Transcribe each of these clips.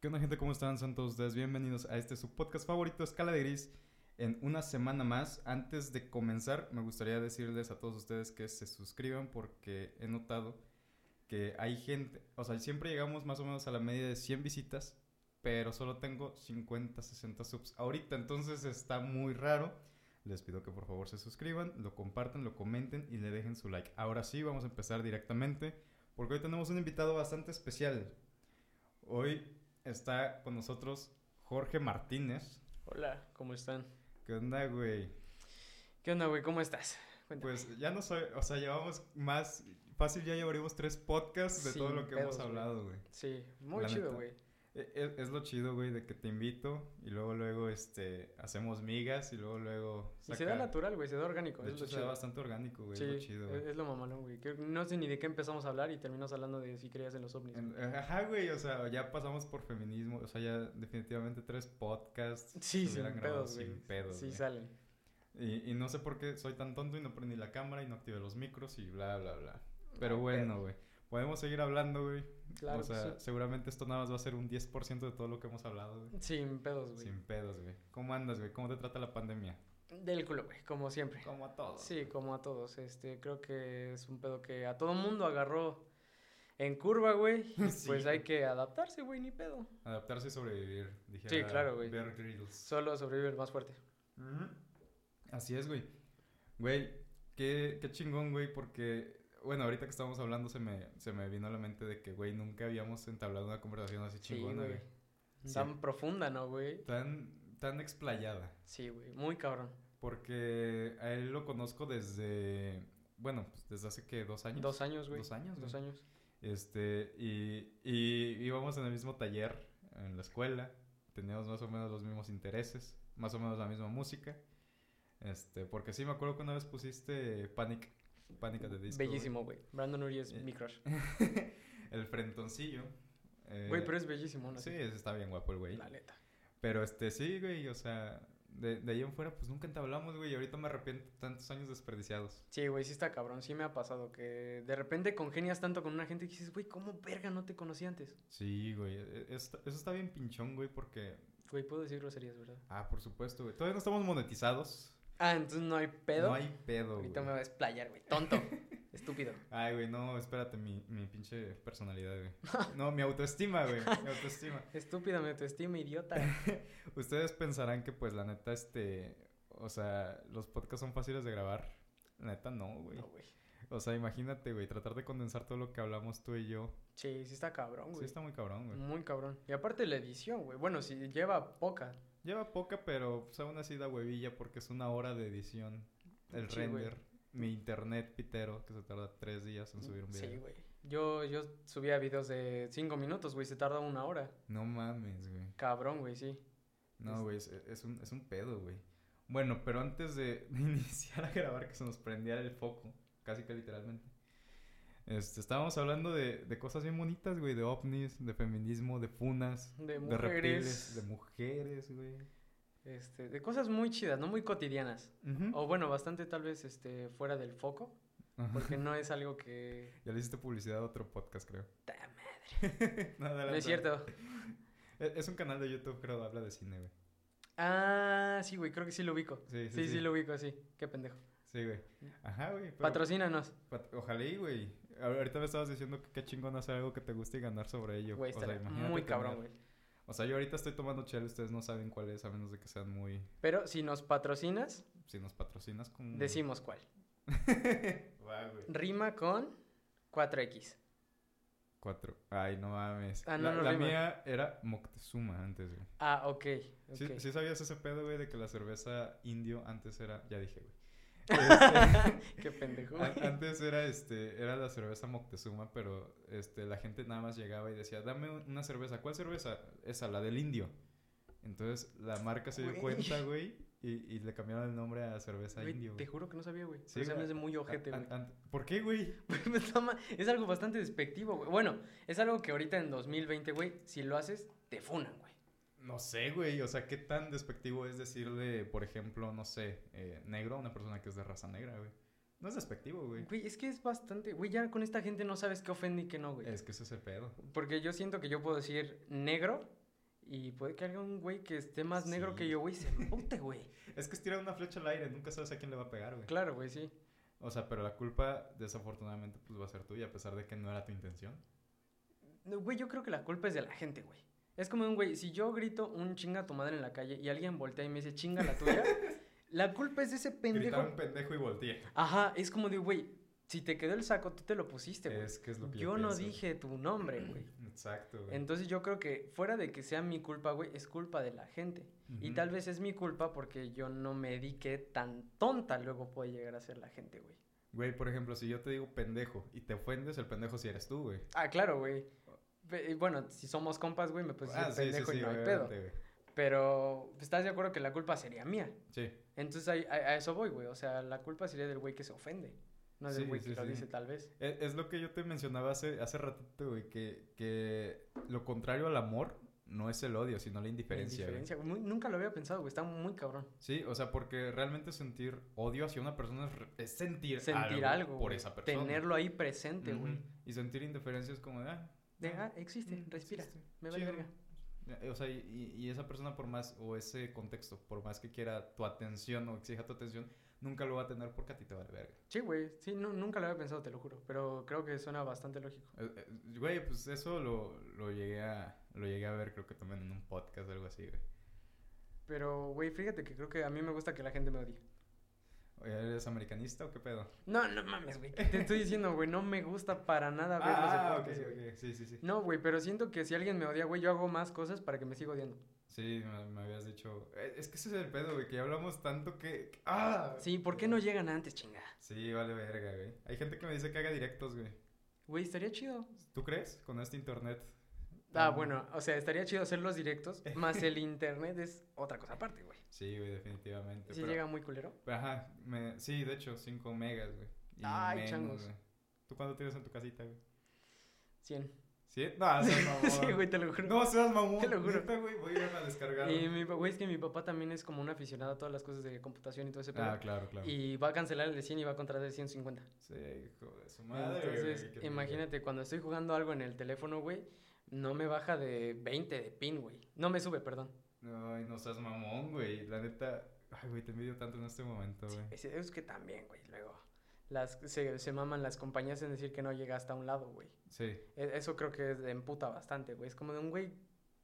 ¿Qué onda gente? ¿Cómo están? Sean todos ustedes bienvenidos a este su podcast favorito, Escala de Gris, en una semana más. Antes de comenzar, me gustaría decirles a todos ustedes que se suscriban porque he notado que hay gente, o sea, siempre llegamos más o menos a la media de 100 visitas, pero solo tengo 50, 60 subs ahorita, entonces está muy raro. Les pido que por favor se suscriban, lo compartan, lo comenten y le dejen su like. Ahora sí, vamos a empezar directamente porque hoy tenemos un invitado bastante especial. Hoy está con nosotros Jorge Martínez. Hola, ¿cómo están? ¿Qué onda, güey? ¿Qué onda, güey? ¿Cómo estás? Cuéntame. Pues ya no soy, o sea, llevamos más, fácil ya llevaremos tres podcasts de Sin todo lo que hemos pedos, güey. hablado, güey. sí, muy la chido, neta. güey. E- e- Es, lo chido, güey, de que te invito y luego, luego, este, hacemos migas y luego, luego... Y se da saca- natural, güey, se da orgánico. De es lo hecho, se chido. da bastante orgánico, güey, Sí, eh, es lo chido, es, güey. es lo mamalón, güey. que No sé ni de qué empezamos a hablar y terminamos hablando de si creías en los ovnis. En- eh, Ajá, güey, o sea, ya pasamos por feminismo, o sea, ya definitivamente tres podcasts Sí, se sin hubieran grabado pedos, güey. sin pedos, sí, güey. salen. Y, y no sé por qué soy tan tonto y no prendí la cámara y no activé los micros y bla, bla, bla. Pero Ah, bueno, güey. Podemos seguir hablando, güey. Claro, o que sea, sí. seguramente esto nada más va a ser un 10% de todo lo que hemos hablado, güey. Sin pedos, güey. Sin pedos, güey. ¿Cómo andas, güey? ¿Cómo te trata la pandemia? Del culo, güey, como siempre. Como a todos. Sí, como a todos. Este, creo que es un pedo que a todo mundo agarró en curva, güey. y Sí. Pues hay que adaptarse, güey, ni pedo. Adaptarse y sobrevivir, dije. claro, güey. Bear Grylls. Solo sobrevive el más fuerte. Ujú. Así es, güey. Güey, qué, qué chingón, güey, porque, bueno, ahorita que estábamos hablando se me, se me vino a la mente de que, güey, nunca habíamos entablado una conversación así chingona, güey. Sí. Tan profunda, ¿no, güey? Tan, tan explayada. Sí, güey, muy cabrón. Porque a él lo conozco desde, bueno, pues desde hace que dos años. Dos años, güey. Dos años, Dos güey. años. Este, y, y íbamos en el mismo taller, en la escuela, teníamos más o menos los mismos intereses, más o menos la misma música. Este, porque sí, me acuerdo que una vez pusiste Panic, Panic at the Disco. güey. Bellísimo, güey. Brandon Uri es Eh, mi crush. el frentoncillo. eh, Güey, pero es bellísimo, ¿no? Sí, ese está bien guapo el güey. La neta. Pero este, sí, güey, o sea, de, de ahí en fuera, pues nunca entablamos, güey, y ahorita me arrepiento de tantos años desperdiciados. Sí, güey, sí está cabrón. Sí me ha pasado que de repente congenias tanto con una gente que dices, güey, ¿cómo verga no te conocí antes? Sí, güey, e- e- está- eso está bien pinchón, güey, porque... Güey, puedo decir groserías, ¿verdad? Ah, por supuesto, güey. Todavía no estamos monetizados. Ah, entonces no hay pedo. No hay pedo, Ahorita güey. me va a explayar, güey. Tonto. Estúpido. Ay, güey, no, espérate, mi, mi pinche personalidad, güey. No, mi autoestima, güey, mi autoestima. Estúpida mi autoestima, idiota. Ustedes pensarán que, pues, la neta, este... O sea, los podcasts son fáciles de grabar. La neta, no, güey. No, güey. O sea, imagínate, güey, tratar de condensar todo lo que hablamos tú y yo. Sí, sí está cabrón, Sí, güey. está muy cabrón, güey. Muy cabrón. Y aparte la edición, güey. Bueno, si lleva poca. Lleva poca, pero pues, aún así da huevilla porque es una hora de edición. El Sí, güey. Mm, render, mi internet pitero, que se tarda tres días en subir un video. Sí, güey. Yo, yo subía videos de cinco minutos, güey. Se tarda una hora. No mames, güey. Cabrón, güey, sí. Es- No, güey, es, es un, es un pedo, güey. Bueno, pero antes de, de iniciar a grabar, que se nos prendiera el foco, casi que literalmente. Este, estábamos hablando de, de cosas bien bonitas, güey, de ovnis, de feminismo, de funas, De de reptiles, mujeres. de mujeres, güey. Este, de cosas muy chidas, no muy cotidianas. Ujú. O bueno, bastante tal vez este, fuera del foco, Ajá. porque no es algo que... Ya le hiciste publicidad a otro podcast, creo. Ta No, No adelante. es cierto. E-, Es es un canal de YouTube, creo, habla de cine, güey. Ah, sí, güey, creo que sí lo ubico. Sí, sí, Sí, sí, sí. lo ubico, sí. Qué pendejo. Sí, güey. Ajá, güey. pero- Patrocínanos. pat- Ojalá, y, güey. A- Ahorita me estabas diciendo que qué chingón hacer algo que te guste y ganar sobre ello. Güey, O sea, está imagínate muy tener- cabrón, güey. O sea, yo ahorita estoy tomando chela, ustedes no saben cuál es, a menos de que sean muy... Pero si nos patrocinas, Si nos patrocinas con... decimos cuál. Va, güey. Rima con 4X. Cuatro. Ay, no mames. Ah, no, la no la rima. mía era Moctezuma antes, güey. Ah, ok. ok. ¿Sí, sí sabías ese pedo, güey, de que la cerveza indio antes era... Ya dije, güey. Este, Qué pendejo. An- güey. Antes era este, era la cerveza Moctezuma, pero este, la gente nada más llegaba y decía, dame un- una cerveza. ¿Cuál cerveza? Esa, la del indio. Entonces la marca se dio Güey. cuenta, güey, y, y le cambiaron el nombre a cerveza Güey, indio. te güey. juro que no sabía, güey. Sí, Sí, se me güey. Ah, hace muy ojete, A- güey. an- an- ¿Por qué, güey? Me está ma- es algo bastante despectivo, güey. Bueno, es algo que ahorita en 2020, güey, si lo haces, te funan, güey. No sé, güey. O sea, ¿qué tan despectivo es decirle, por ejemplo, no sé, eh, negro a una persona que es de raza negra, güey? No es despectivo, güey. Güey, es que es bastante. Güey, ya con esta gente no sabes qué ofende y qué no, güey. Es que ese es el pedo. Porque yo siento que yo puedo decir negro Y puede que haga un güey que esté más negro Sí. que yo, güey, se empute, güey. Es que estira una flecha al aire, nunca sabes a quién le va a pegar, güey. Claro, güey, sí. O sea, pero la culpa, desafortunadamente, pues va a ser tuya, a pesar de que no era tu intención. No, Güey, yo creo que la culpa es de la gente, güey. Es como un güey, si yo grito un chinga a tu madre en la calle y alguien voltea y me dice chinga la tuya, la culpa es de ese pendejo. Gritar un pendejo y volteé. Ajá, es como de, güey, si te quedó el saco, tú te lo pusiste, güey. Es que es lo que yo, yo no pienso. dije tu nombre, güey. Exacto, güey. Entonces yo creo que fuera de que sea mi culpa, güey, es culpa de la gente. Y Ujú. tal vez es mi culpa porque yo no me di que tan tonta luego puede llegar a ser la gente, güey. Güey, por ejemplo, si yo te digo pendejo y te ofendes, el pendejo sí eres tú, güey. Ah, claro, güey. Ve- y Bueno, si somos compas, güey, me puedes decir ah, sí, sí, Pues pendejo sí, y no hay pedo. obviamente, güey. Pero pues, estás de acuerdo que la culpa sería mía. Sí. Entonces ahí- a, a eso voy, güey. O sea, la culpa sería del güey que se ofende. No del Sí, güey sí, que lo sí. dice tal vez. E- Es, lo que yo te mencionaba hace, hace ratito, güey, que, que lo contrario al amor no es el odio, sino la La indiferencia. güey. indiferencia, güey. Muy- nunca lo había pensado, güey. Está muy cabrón. Sí, o sea, porque realmente sentir odio hacia una persona es, re- es sentir, Sentir algo. por güey. esa persona. Tenerlo ahí presente, Ujú. güey. Y sentir indiferencia es como de, ah, De, ah, ah, existe, mm, respira. existe, Me vale chido". verga. Eh, O sea, y, y esa persona por más, o ese contexto, por más que quiera tu atención o exija tu atención, nunca lo va a tener porque a ti te vale verga. Sí, güey. Sí, nu- nunca lo había pensado, te lo juro. Pero creo que suena bastante lógico. Eh, eh, Güey, pues eso lo, lo llegué a, lo llegué a ver creo que también en un podcast o algo así, güey. Pero, güey, fíjate que creo que a mí me gusta que la gente me odie. Oye, ¿Eres americanista o qué pedo? No, no mames, güey. Te estoy diciendo, güey, no me gusta para nada ver los Ah, ok, deportes, güey. ok, sí, sí, sí. No, güey, pero siento que si alguien me odia, güey, yo hago más cosas para que me siga odiando. Sí, me, me habías dicho... eh, Es que ese es el pedo, güey, que ya hablamos tanto que... que- ¡Ah! Sí, ¿por qué no llegan antes, chinga? Sí, vale verga, güey. Hay gente que me dice que haga directos, güey. Güey, estaría chido. ¿Tú crees? Con este internet. Ah, tan- bueno, o sea, estaría chido hacer los directos, más el internet es otra cosa aparte, güey. Sí, güey, definitivamente. Si pero- llega muy culero. Pero, Ajá, me- sí, de hecho, 5 megas, güey. y Ay, changos. güey. ¿Tú cuánto tienes en tu casita, güey? 100. ¿Sí? No, seas mamón. sí, güey, te lo juro. No seas mamón. Te lo juro. Neta, güey, voy a irme a descargar. Ah, Y mi, pa- güey, es que mi papá también es como un aficionado a todas las cosas de computación y todo ese pedo. Ah, claro, claro. Y va a cancelar el de 100 y va a contratar el 150. Sí, hijo de su madre. güey, Entonces, qué imagínate, cuando estoy jugando algo en el teléfono, güey, no me baja de 20 de pin, güey. No me sube, perdón. pedo. Ay, no seas mamón, güey. La neta. Ay, güey, te envidio tanto en este momento, güey. Es, es que también, güey, luego. Las, se, se maman las compañías en decir que no llega hasta un lado, güey. Sí. E- Eso creo que es- emputa bastante, güey. Es como de un güey,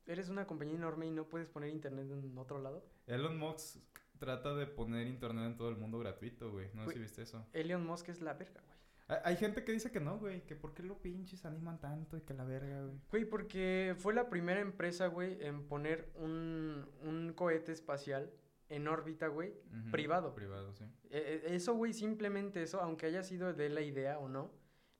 eres una compañía enorme y no puedes poner internet en otro lado. Elon Musk trata de poner internet en todo el mundo gratuito, güey. No sé si Güey. viste eso. Elon Musk es la verga, güey. Hay- Hay gente que dice que no, güey. Que por qué lo pinches animan tanto y que la verga, güey. Güey, porque fue la primera empresa, güey, en poner un, un cohete espacial en órbita, güey. Ujú, Privado. Privado, sí. E- e- Eso, güey, simplemente eso, aunque haya sido de la idea o no,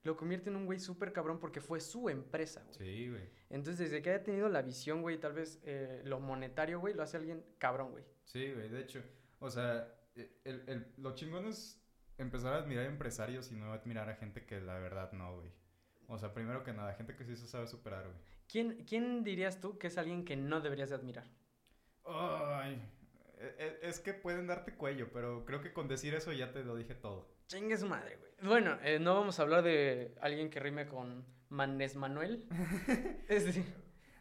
lo convierte en un güey súper cabrón porque fue su empresa, güey. Sí, güey. Entonces, desde que haya tenido la visión, güey, tal vez eh, lo monetario, güey, lo hace alguien cabrón, güey. Sí, güey, de hecho, o sea, e- el, el- lo chingón es empezar a admirar empresarios y no admirar a gente que la verdad no, güey. O sea, primero que nada, gente que sí se sabe superar, güey. ¿Quién, ¿Quién dirías tú que es alguien que no deberías de admirar? Ay, e- e- es que pueden darte cuello, pero creo que con decir eso ya te lo dije todo. Chingue su madre, güey. Bueno, eh, no vamos a hablar de alguien que rime con Manes Manuel. es decir,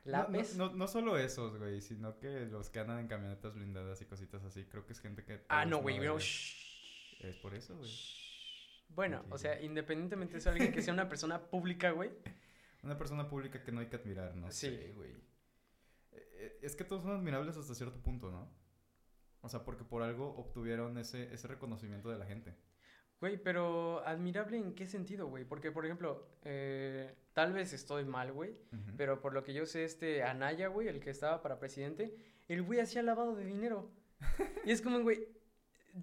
No, no, Lápiz. no, no solo esos, güey, sino que los que andan en camionetas blindadas y cositas así, creo que es gente que... tal ah, vez no, güey. no, debería- shh. Es por eso, güey. Shh. Bueno, o Tranquilo. sea, independientemente sea alguien que sea una persona pública, güey. Una persona pública que no hay que admirar, no Sí. sé, güey. E- e- Es que todos son admirables hasta cierto punto, ¿no? O sea, porque por algo obtuvieron ese, ese reconocimiento de la gente. Güey, pero admirable en qué sentido, güey. Porque, por ejemplo, eh, tal vez estoy mal, güey. Ujú. Pero por lo que yo sé, este Anaya, güey, el que estaba para presidente, el güey hacía lavado de dinero. Y es como, güey,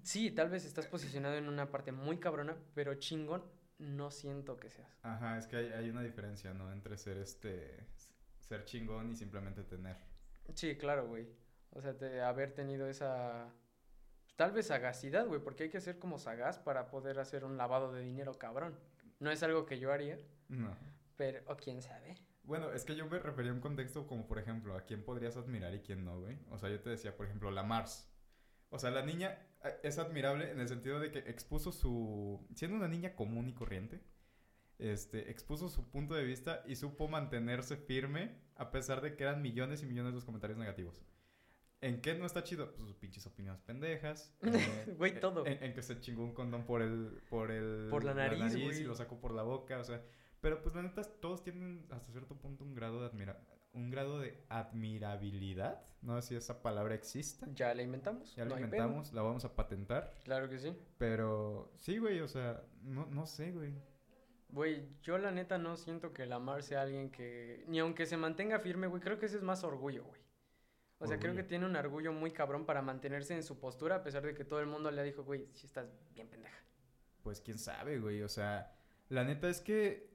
sí, tal vez estás posicionado en una parte muy cabrona, pero chingón, no siento que seas. Ajá, es que hay, hay una diferencia, ¿no? Entre ser este... Ser chingón y simplemente tener. Sí, claro, güey. O sea, de haber tenido esa, tal vez sagacidad, güey, porque hay que ser como sagaz para poder hacer un lavado de dinero cabrón. No es algo que yo haría, No. pero, o quién sabe. Bueno, es que yo me refería a un contexto como, por ejemplo, a quién podrías admirar y quién no, güey. O sea, yo te decía, por ejemplo, la Mars. O sea, la niña eh, es admirable en el sentido de que expuso su... Siendo una niña común y corriente, este, expuso su punto de vista y supo mantenerse firme a pesar de que eran millones y millones los comentarios negativos. ¿En qué no está chido? Pues sus pinches opiniones pendejas. eh, Güey, eh, todo. En, en que se chingó un condón por el... Por, el, Por la nariz, güey. y lo sacó por la boca, o sea... Pero pues la neta, todos tienen hasta cierto punto un grado de admira un grado de admirabilidad. No sé si esa palabra exista. Ya la inventamos. Ya no la hay pedo. inventamos, la vamos a patentar. Claro que sí. Pero sí, güey, o sea, no, no sé, güey. Güey, yo la neta no siento que el amar sea alguien que. Ni aunque se mantenga firme, güey, creo que ese es más orgullo, güey. O sea, creo que Orgullo. tiene un orgullo muy cabrón para mantenerse en su postura, a pesar de que todo el mundo le dijo, güey, si estás bien pendeja. Pues quién sabe, güey. O sea, la neta es que,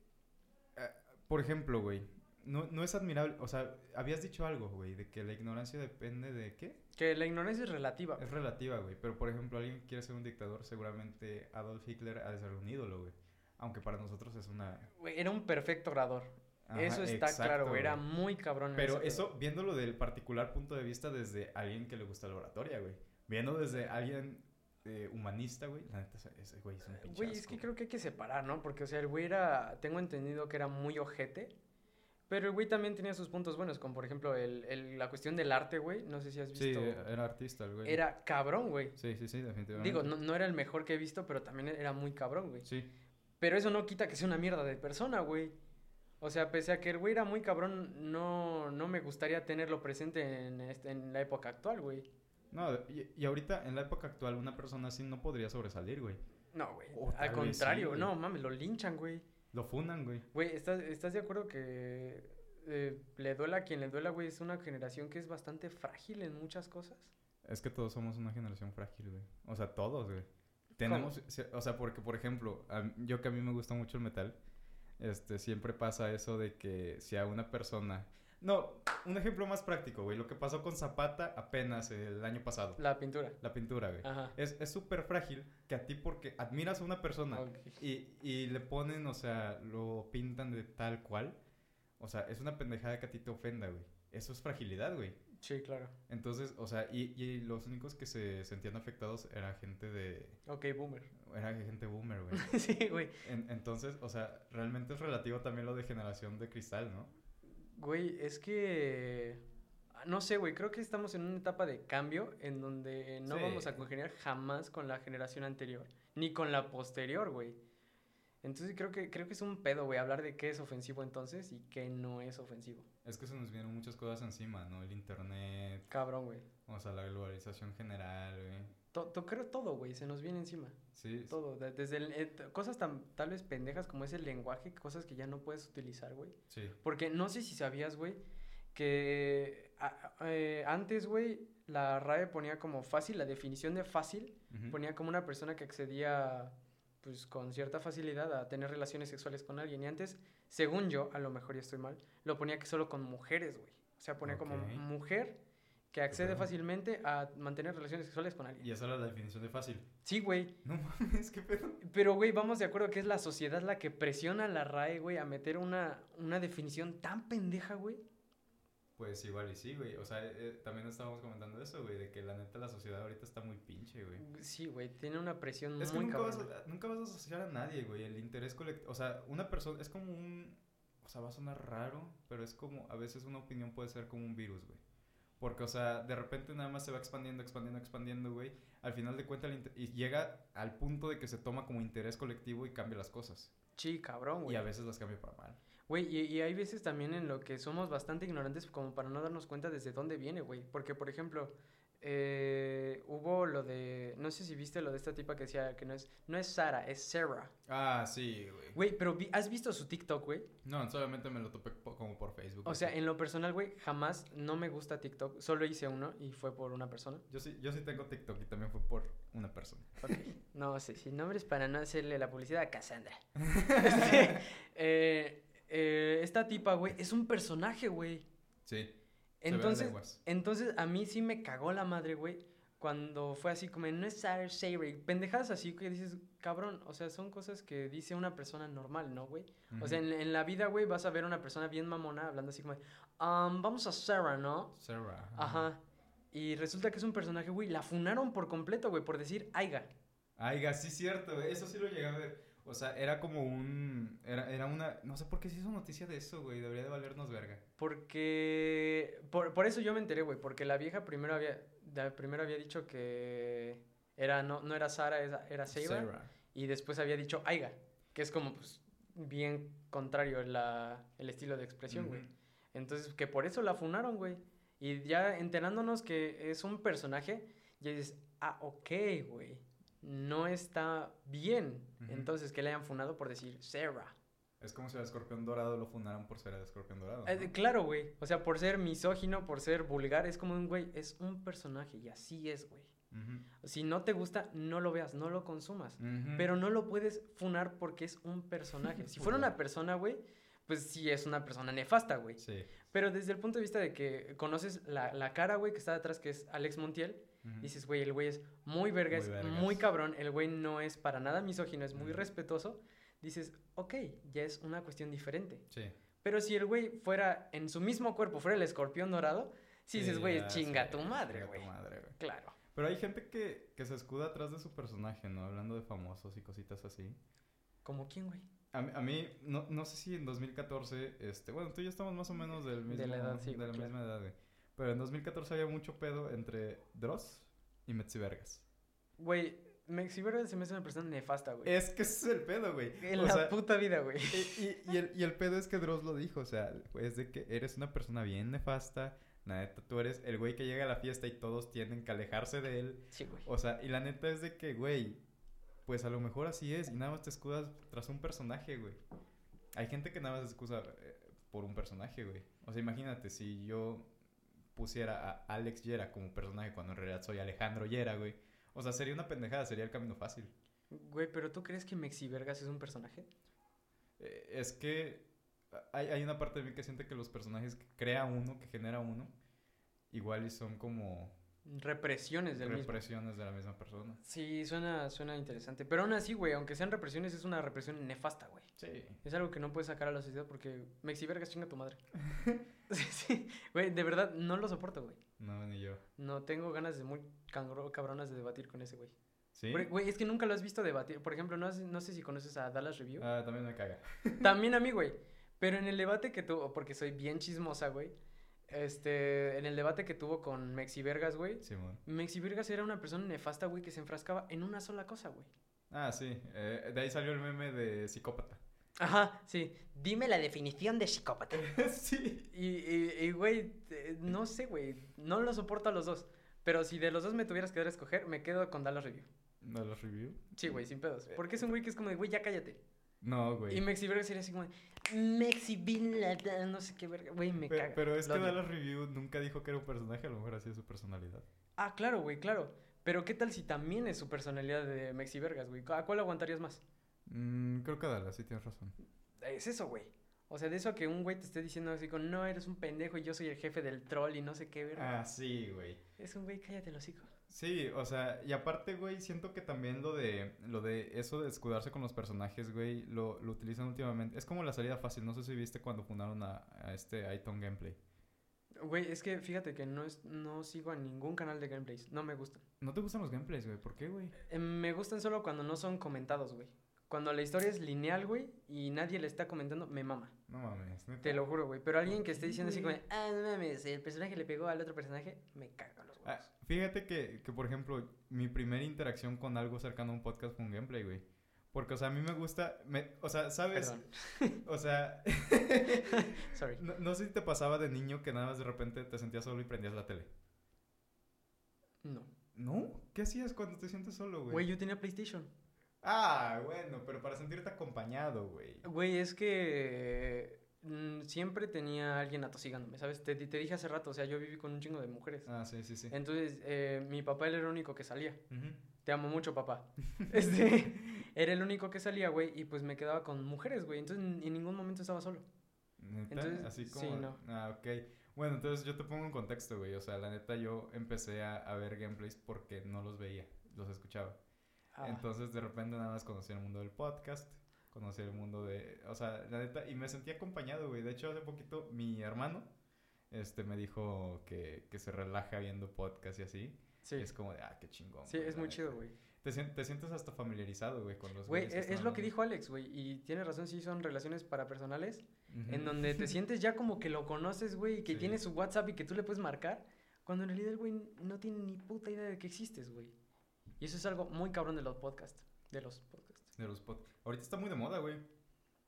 eh, por ejemplo, güey, no, no es admirable. O sea, habías dicho algo, güey, de que la ignorancia depende de qué. Que la ignorancia es relativa. Es relativa, güey. Pero, por ejemplo, alguien que quiere ser un dictador, seguramente Adolf Hitler ha de ser un ídolo, güey. Aunque para nosotros es una... Güey, era un perfecto orador. Ajá, eso está claro, exacto, güey. Era muy cabrón. en Pero ese pedo. eso, viéndolo del particular punto de vista desde alguien que le gusta la oratoria, güey. Viendo desde alguien eh, humanista, güey. La neta, ese- ese güey es un pinche Güey, es asco, que creo que hay que separar, ¿no? Porque, o sea, el güey era. Tengo entendido que era muy ojete. Pero el güey también tenía sus puntos buenos, como por ejemplo el, el- la cuestión del arte, güey. No sé si has Sí, visto. era artista, el güey. era cabrón, güey. Sí, sí, sí, definitivamente. Digo, no, no era el mejor que he visto, pero también era muy cabrón, güey. Sí, Pero eso no quita que sea una mierda de persona, güey. O sea, pese a que el güey era muy cabrón, no, no me gustaría tenerlo presente en, este- en la época actual, güey. No, y, y ahorita, en la época actual, una persona así no podría sobresalir, güey. No, güey. Oh, tal Al vez contrario, sí, güey. no, mames, lo linchan, güey. Lo funan, güey. Güey, ¿estás, ¿estás de acuerdo que eh, le duela a quien le duela, güey? Es una generación que es bastante frágil en muchas cosas. Es que todos somos una generación frágil, güey. O sea, todos, güey. Tenemos, se- o sea, porque, por ejemplo, a m- yo que a mí me gusta mucho el metal, este, siempre pasa eso de que si a una persona... No, un ejemplo más práctico, güey. Lo que pasó con Zapata apenas el año pasado. La, La Ah. pintura. pintura, güey. Ajá. Es es súper frágil que a ti porque admiras a una persona Ok. Y, y le ponen, o sea, lo pintan de tal cual. O sea, es una pendejada que a ti te ofenda, güey. Eso es fragilidad, güey. Sí, claro. Entonces, o sea, y, y los únicos que se sentían afectados era gente de... Ok, boomer. Era gente boomer, güey. sí, güey. En- entonces, o sea, realmente es relativo también lo de generación de cristal, ¿no? Güey, es que... ah, No sé, güey, creo que estamos en una etapa de cambio en donde no Sí. vamos a congeniar jamás con la generación anterior, ni con la posterior, güey. Entonces creo que, creo que es un pedo, güey, hablar de qué es ofensivo entonces y qué no es ofensivo. Es que se nos vienen muchas cosas encima, ¿no? El internet, Cabrón, güey. o sea, la globalización general, güey. To- to- creo todo, güey, se nos viene encima. Sí, sí. Todo, de- desde el- eh, t- cosas tan tal vez pendejas como es el lenguaje, cosas que ya no puedes utilizar, güey. sí. Porque no sé si sabías, güey, que a- a- eh, antes, güey, la RAE ponía como fácil, la definición de fácil Ujú. ponía como una persona que accedía, pues, con cierta facilidad a tener relaciones sexuales con alguien. Y antes, según yo, a lo mejor ya estoy mal, lo ponía que solo con mujeres, güey. O sea, ponía como Ok. mujer que accede Ujú. fácilmente a mantener relaciones sexuales con alguien. Y esa era la definición de fácil. Sí, güey. No mames, qué pedo. Pero, güey, vamos de acuerdo que es la sociedad la que presiona a la RAE, güey, a meter una, una definición tan pendeja, güey. Pues igual y sí, güey. O sea, eh, eh, también estábamos comentando eso, güey, de que la neta la sociedad ahorita está muy pinche, güey. Sí, güey, tiene una presión Es que muy nunca vas, cabrón. a, nunca vas a asociar a nadie, güey. El interés colectivo. O sea, una persona es como un. O sea, va a sonar raro, pero es como. A veces una opinión puede ser como un virus, güey. Porque, o sea, de repente nada más se va expandiendo, expandiendo, expandiendo, güey. Al final de cuentas, el inter- y llega al punto de que se toma como interés colectivo y cambia las cosas. Sí, cabrón, Y güey. a veces las cambia para mal. Güey, y, y hay veces también en lo que somos bastante ignorantes como para no darnos cuenta desde dónde viene, güey. Porque, por ejemplo, eh, hubo lo de... No sé si viste lo de esta tipa que decía que no es... No es Sara, es Sarah. Ah, sí, güey. Güey, pero vi- ¿has visto su TikTok, güey? No, solamente me lo topé po- como por Facebook. O sea, güey. en lo personal, güey, jamás no me gusta TikTok. Solo hice uno y fue por una persona. Yo sí, yo sí tengo TikTok y también fue por una persona. Ok, No, sí, sin nombres para no hacerle la publicidad a Cassandra. Este, eh, eh, esta tipa, güey, es un personaje, güey. Sí. se ve a Entonces, leguas. entonces a mí sí me cagó la madre, güey, cuando fue así como, no es Sarah Sherry. Pendejadas así que dices, cabrón, o sea, son cosas que dice una persona normal, ¿no, güey? O sea, Ujú. en, en la vida, güey, vas a ver a una persona bien mamona hablando así como, "Um, vamos a Sarah, ¿no? Sarah. Ajá. Y resulta que es un personaje, güey, la funaron por completo, güey, por decir, aiga. Aiga, sí cierto, güey, eso sí lo llegué a ver. O sea, era como un. Era, era una. No sé por qué se hizo noticia de eso, güey. Debería de valernos verga. Porque. Por, por eso yo me enteré, güey. Porque la vieja primero había. la primero había dicho que. Era, no, no era Sara, era- era Seiba. Y después había dicho Aiga. Que es como, pues, bien contrario la, el estilo de expresión, güey. Ujú. Entonces, que por eso la funaron, güey. Y ya enterándonos que es un personaje, ya dices, ah, ok, güey. No está bien. Ujú. Entonces, que le hayan funado por decir Sarah. Es como si al escorpión dorado lo fundaran por ser el escorpión dorado. Eh, ¿no? claro, güey. O sea, por ser misógino, por ser vulgar, es como un güey, es un personaje y así es, güey. Ujú. Si no te gusta, no lo veas, no lo consumas. Ujú. Pero no lo puedes funar porque es un personaje. Si fuera Ujú. una persona, güey, pues sí es una persona nefasta, güey. Sí. Pero desde el punto de vista de que conoces la, la cara, güey, que está detrás, que es Alex Montiel, Ujú. dices, güey, el güey es muy verga, Muy es vergas. muy cabrón, el güey no es para nada misógino, es muy Ujú. respetuoso. Dices, ok, ya es una cuestión diferente. Sí. Pero si el güey fuera en su mismo cuerpo, fuera el escorpión dorado, sí dices, güey, ya, chinga sí, tu madre, chinga tu güey. madre, güey. Claro. Pero hay gente que, que se escuda atrás de su personaje, ¿no? Hablando de famosos y cositas así. ¿Como quién, güey? A, mí- a mí, no, no sé si en 2014, este, bueno, tú y yo estamos más o menos del mismo, De la edad, sí, de la claro. misma edad, güey. Pero en 2014 había mucho pedo entre Dross y Metzivergas. Güey, Mexibero se me hace una persona nefasta, güey. Es que ese es el pedo, güey. En O la sea, puta vida, güey. y, y- y el, y el pedo es que Dross lo dijo, o sea, es de que eres una persona bien nefasta, la neta, tú eres el güey que llega a la fiesta y todos tienden que alejarse de él. Sí, güey. O sea, y la neta es de que, güey, pues a lo mejor así es y nada más te escudas tras un personaje, güey. Hay gente que nada más se excusa eh, por un personaje, güey. O sea, imagínate si yo pusiera a Alex Yera como personaje cuando en realidad soy Alejandro Yera, güey. O sea, sería una pendejada, sería el camino fácil. Güey, pero ¿tú crees que Mexivergas es un personaje? Eh, es que hay, hay una parte de mí que siente que los personajes que crea uno, que genera uno, igual y son como Represiones del mismo. represiones de la misma persona. Sí, suena, suena interesante. Pero aún así, güey, aunque sean represiones, es una represión nefasta, güey. Sí. Es algo que no puedes sacar a la sociedad porque Mexivergas chinga tu madre. sí, sí. Güey, de verdad, no lo soporto, güey. No, ni yo. No tengo ganas de muy cangro- cabronas de debatir con ese güey. ¿Sí? Porque, Güey, es que nunca lo has visto debatir. Por ejemplo, no, has- no sé si conoces a Dallas Review. Ah, también me caga. También a mí, güey. Pero en el debate que tuvo, porque soy bien chismosa, güey. Este, en el debate que tuvo con Mexivergas, güey. Simón. Mexivergas era una persona nefasta, güey, que se enfrascaba en una sola cosa, güey. Ah, sí. eh, de ahí salió el meme de psicópata. Ajá, sí. Dime la definición de psicópata. sí. Y, y, y, güey, eh, no sé, güey. No lo soporto a los dos. Pero si de los dos me tuvieras que dar a escoger, me quedo con Dallas Review. ¿No los review? Sí, güey, sin pedos. Porque es un güey que es como de, güey, ya cállate. No, güey. Y Mexivergas sería así como de, Mexivila, no sé qué verga. Güey, me Pe- caga. pero es lo que odio. Dallas Review nunca dijo que era un personaje, a lo mejor así es su personalidad. Ah, claro, güey, claro. Pero ¿qué tal si también es su personalidad de Mexi Vergas, güey? ¿A cuál aguantarías más? Mm, creo que Dallas, sí tienes razón. Es eso, güey. O sea, de eso a que un güey te esté diciendo así con, no, eres un pendejo y yo soy el jefe del troll y no sé qué, verga. Ah, sí, güey. Es un güey, cállate el hocico. Sí, o sea, y aparte, güey, siento que también lo de lo de eso de escudarse con los personajes, güey, lo, lo utilizan últimamente. Es como la salida fácil, no sé si viste cuando fundaron a, a este Iton Gameplay. Güey, es que fíjate que no, es, no sigo a ningún canal de gameplays. No me gustan. ¿No te gustan los gameplays, güey? ¿Por qué, güey? Eh, me gustan solo cuando no son comentados, güey. Cuando la historia es lineal, güey, y nadie le está comentando, me mama. No mames, neta. Te lo juro, güey. Pero alguien que esté qué, diciendo así como, güey? ah, no mames, el personaje le pegó al otro personaje, me cago en los Ah, huevos. fíjate que, que, por ejemplo, mi primera interacción con algo cercano a un podcast fue un gameplay, güey. Porque, o sea, a mí me gusta, me- o sea, ¿sabes? Perdón. O sea, Sorry. no, no sé si te pasaba de niño que nada más de repente te sentías solo y prendías la tele. No. ¿No? ¿Qué hacías cuando te sientes solo, güey? Güey, yo tenía PlayStation. Ah, bueno, pero para sentirte acompañado, güey. Güey, es que mm, siempre tenía alguien atosigándome, ¿sabes? Te, te dije hace rato, o sea, yo viví con un chingo de mujeres. Ah, sí, sí, sí. Entonces, eh, mi papá era el único que salía. Ujú. Te amo mucho, papá. Este, era el único que salía, güey, y pues me quedaba con mujeres, güey. Entonces, en en ningún momento estaba solo. ¿Neta? Entonces, Así sí, como... no. Ah, ok. Bueno, entonces yo te pongo en contexto, güey. O sea, la neta yo empecé a, a ver gameplays porque no los veía, los escuchaba. Ah, Entonces de repente nada más conocí el mundo del podcast, conocí el mundo de, o sea, la neta, y me sentí acompañado, güey. De hecho, hace poquito mi hermano este, me dijo que, que se relaja viendo podcast y así. Sí. Es como de, ah, qué chingón. Sí, güey, es la muy neta. chido, güey. Te, sien- te sientes hasta familiarizado, güey, con los Güey, güeyes e- es, están lo que hablando. dijo Alex, güey, y tiene razón, sí son relaciones parapersonales, Ujú. en donde te sientes ya como que lo conoces, güey, y que Mm. Sí. tiene su WhatsApp y que tú le puedes marcar, cuando en realidad el güey no tiene ni puta idea de que existes, güey. Y eso es algo muy cabrón de los podcasts, de los podcasts. De los pod- Ahorita está muy de moda, güey.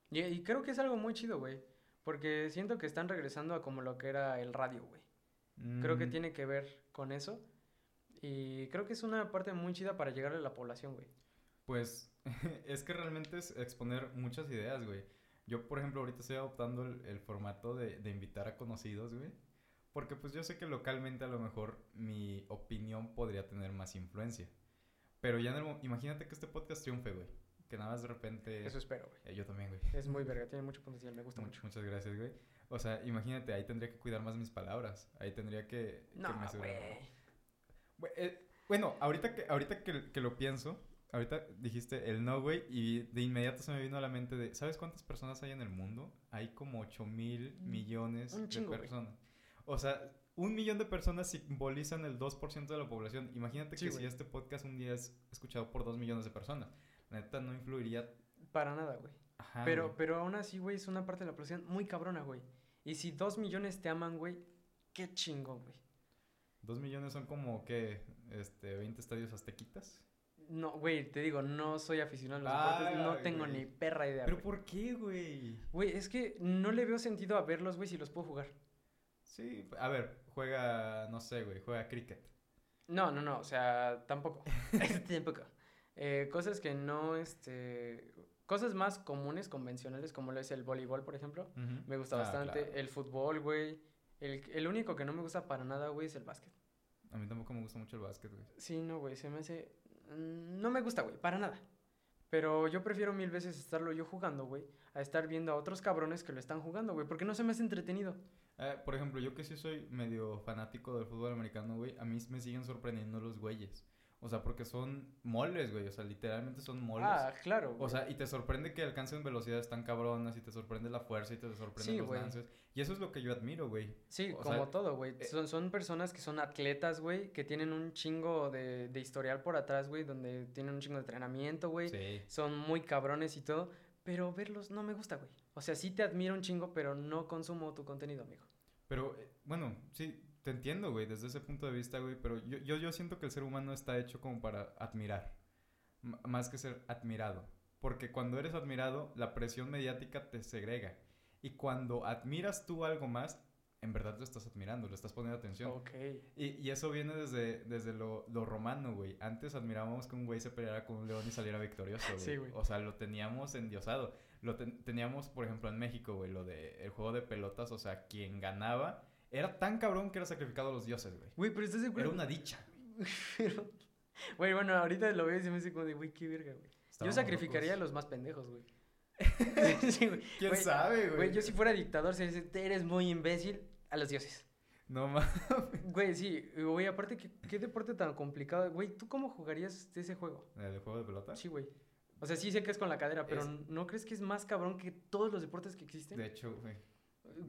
Y, y creo que es algo muy chido, güey, porque siento que están regresando a como lo que era el radio, güey. Creo que Mm, tiene que ver con eso. Y creo que es una parte muy chida para llegarle a la población, güey. Pues es que realmente es exponer muchas ideas, güey. Yo, por ejemplo, ahorita estoy adoptando el, el formato de, de invitar a conocidos, güey. Porque pues yo sé que localmente a lo mejor mi opinión podría tener más influencia. Pero ya en el mo- imagínate que este podcast triunfe, güey. Que nada más de repente... Eso espero, güey. Eh, yo también, güey. Es muy verga, tiene mucho potencial, me gusta Mu- mucho. Muchas gracias, güey. O sea, imagínate, ahí tendría que cuidar más mis palabras. Ahí tendría que... que No, mesurar. güey. Bue- eh, Bueno, ahorita que, ahorita que, que lo pienso, ahorita dijiste el no, güey, y de inmediato se me vino a la mente de, ¿sabes cuántas personas hay en el mundo? Hay como 8 mil Un- millones Mm, un chingo, de güey. personas. O sea, un millón de personas simbolizan el 2% de la población. Imagínate Sí, que si güey. este podcast un día es escuchado por 2 millones de personas. La neta no influiría. Para nada, güey. Ajá, pero, Ah, güey. pero aún así, güey, es una parte de la población muy cabrona, güey. Y si dos millones te aman, güey, qué chingón, güey. Dos millones son como que este, 20 estadios aztequitas. No, güey, te digo, no soy aficionado a los deportes, Ay, no tengo güey. ni perra idea. Pero güey. ¿por qué, güey? Güey, es que no le veo sentido a verlos, güey, si los puedo jugar. Sí, a ver, juega, no sé, güey, juega cricket. No, no, no, o sea, tampoco. tampoco. Eh, cosas que no, este. Cosas más comunes, convencionales, como lo es el voleibol, por ejemplo. Ujú. Me gusta Ah, bastante. claro. El fútbol, güey. El, el único que no me gusta para nada, güey, es el básquet. A mí tampoco me gusta mucho el básquet, güey. Sí, no, güey, se me hace... mm, No me gusta, güey, para nada. Pero yo prefiero mil veces estarlo yo jugando, güey, a estar viendo a otros cabrones que lo están jugando, güey, porque no se me hace entretenido. Eh, por ejemplo, yo que sí soy medio fanático del fútbol americano, güey, a mí me siguen sorprendiendo los güeyes. O sea, porque son moles, güey. O sea, literalmente son moles. Ah, claro. o güey. sea, y te sorprende que alcancen velocidades tan cabronas, y te sorprende la fuerza, y te sorprende Sí, los güey. lances. Y eso es lo que yo admiro, güey. sí, o sea, como todo, güey. eh. Son, son personas que son atletas, güey, que tienen un chingo de, de historial por atrás, güey, donde tienen un chingo de entrenamiento, güey. Sí. Son muy cabrones y todo, pero verlos no me gusta, güey. O sea, sí te admiro un chingo, pero no consumo tu contenido, amigo. Pero, eh, bueno, sí, te entiendo, güey, desde ese punto de vista, güey, pero yo, yo, yo siento que el ser humano está hecho como para admirar, m- más que ser admirado. Porque cuando eres admirado, la presión mediática te segrega. Y cuando admiras tú algo más, en verdad lo estás admirando, le estás poniendo atención. Ok. Y, y eso viene desde, desde lo, lo romano, güey. Antes admirábamos que un güey se peleara con un león y saliera victorioso, güey. Sí, güey. O sea, lo teníamos endiosado. Lo ten- teníamos, por ejemplo, en México, güey, lo de el juego de pelotas. O sea, quien ganaba era tan cabrón que era sacrificado a los dioses, güey. Güey, pero estás de Era acuerdo. una dicha. güey. Pero- Güey, bueno, ahorita lo veo y se me hace como de, güey, qué verga, güey. Yo Estábamos sacrificaría locos. a los más pendejos, güey. Sí, güey. ¿Quién güey, sabe, güey? Güey, yo si fuera dictador, se dice, "Te eres muy imbécil a los dioses. No mames. Güey, sí, güey, aparte, ¿qué, qué deporte tan complicado. Güey, ¿tú cómo jugarías ese juego? ¿El juego de pelotas? Sí, güey. O sea, sí sé que es con la cadera, pero Es- ¿no crees que es más cabrón que todos los deportes que existen? De hecho, güey.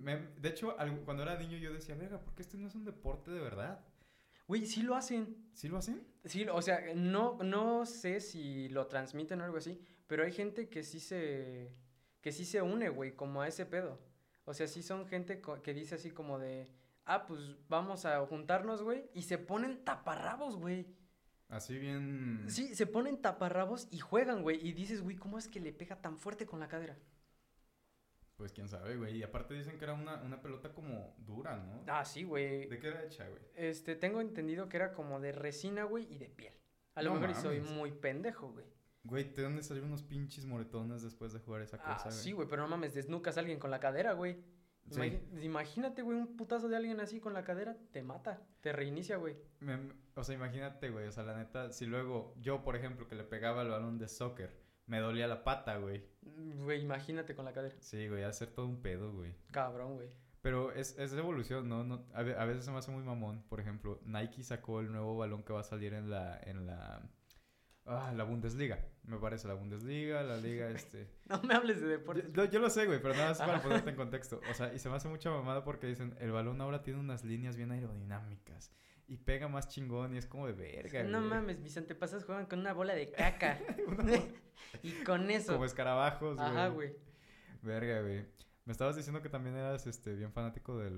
Me- de hecho, al- cuando era niño yo decía, verga, ¿por qué este no es un deporte de verdad? Güey, sí lo hacen. ¿Sí lo hacen? Sí, o sea, no, no sé si lo transmiten o algo así, pero hay gente que sí se, que sí se une, güey, como a ese pedo. O sea, sí son gente co- que dice así como de, ah, pues vamos a juntarnos, güey, y se ponen taparrabos, güey. Así bien... Sí, se ponen taparrabos y juegan, güey, y dices, güey, ¿cómo es que le pega tan fuerte con la cadera? Pues quién sabe, güey. Y aparte dicen que era una, una pelota como dura, ¿no? Ah, sí, güey. ¿De qué era hecha, güey? Este, tengo entendido que era como de resina, güey, y de piel. A lo No mejor y soy mames. muy pendejo, güey. Güey, ¿te dónde salieron unos pinches moretones después de jugar esa Ah, cosa, güey? sí, güey, pero no mames, desnucas a alguien con la cadera, güey. Sí. Imagi- Imagínate, güey, un putazo de alguien así con la cadera, te mata, te reinicia, güey. Me- me- o sea, imagínate, güey. O sea, la neta, si luego yo, por ejemplo, que le pegaba el balón de soccer, me dolía la pata, güey. Mm, Güey, imagínate con la cadera. Sí, güey, hacer todo un pedo, güey. Cabrón, güey. Pero es, es evolución, ¿no? no a, ve- a veces se me hace muy mamón. Por ejemplo, Nike sacó el nuevo balón que va a salir en la... En la ah, la Bundesliga. Me parece, la Bundesliga, la liga, este... No me hables de Yo, deportes. yo- yo lo sé, güey, pero nada más para Ajá. ponerte en contexto. O sea, y se me hace mucha mamada porque dicen, el balón ahora tiene unas líneas bien aerodinámicas. y pega más chingón y es como de verga. No güey. mames, mis antepasados juegan con una bola de caca. Una bola- y con eso. Como escarabajos, güey. Ajá, güey. Verga, güey. Me estabas diciendo que también eras este, bien fanático de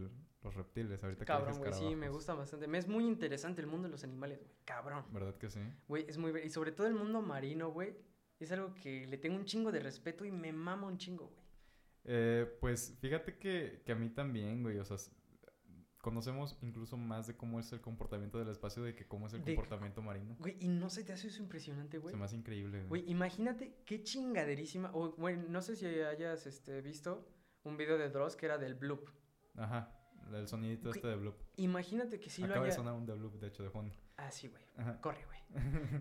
los reptiles. Ahorita Cabrón, que güey. dices Sí, me escarabajos. gusta bastante. Me es muy interesante el mundo de los animales, güey. Cabrón. ¿Verdad que sí? Güey, es muy. ver- Y sobre todo el mundo marino, güey. Es algo que le tengo un chingo de respeto y me mama un chingo, güey. Eh, pues fíjate que, que a mí también, güey. O sea, s- conocemos incluso más de cómo es el comportamiento del espacio, de que cómo es el De- comportamiento marino. Güey, y no se te hace eso impresionante, güey. Se me hace increíble, güey. Güey, imagínate qué chingaderísima. O, güey, no sé si hayas este, visto un video de Dross que era del bloop. Ajá. El sonidito Güey, este de Bloop. Imagínate que sí Acaba lo de haya. sonar un de Bloop, de hecho, de fondo. Ah, sí, güey. Ajá. Corre, güey.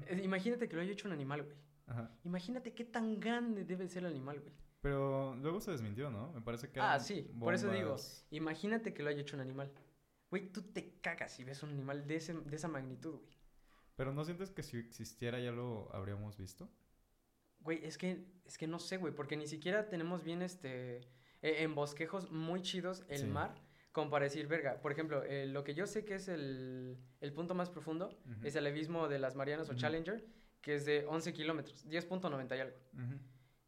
Eh, Imagínate que lo haya hecho un animal, güey. Ajá. Imagínate qué tan grande debe ser el animal, güey. Pero luego se desmintió, ¿no? Me parece que. Ah, eran sí, por eso digo. bombas. Imagínate que lo haya hecho un animal. Güey, tú te cagas si ves un animal de, ese- de esa magnitud, güey. Pero no sientes que si existiera ya lo habríamos visto. Güey, es que, es que no sé, güey, porque ni siquiera tenemos bien este. eh, en bosquejos muy chidos el Sí. mar, como para decir, verga. Por ejemplo, eh, lo que yo sé que es el, el punto más profundo Ujú. es el abismo de las Marianas o Ujú. Challenger, que es de 11 kilómetros, 10.90 y algo. Ujú,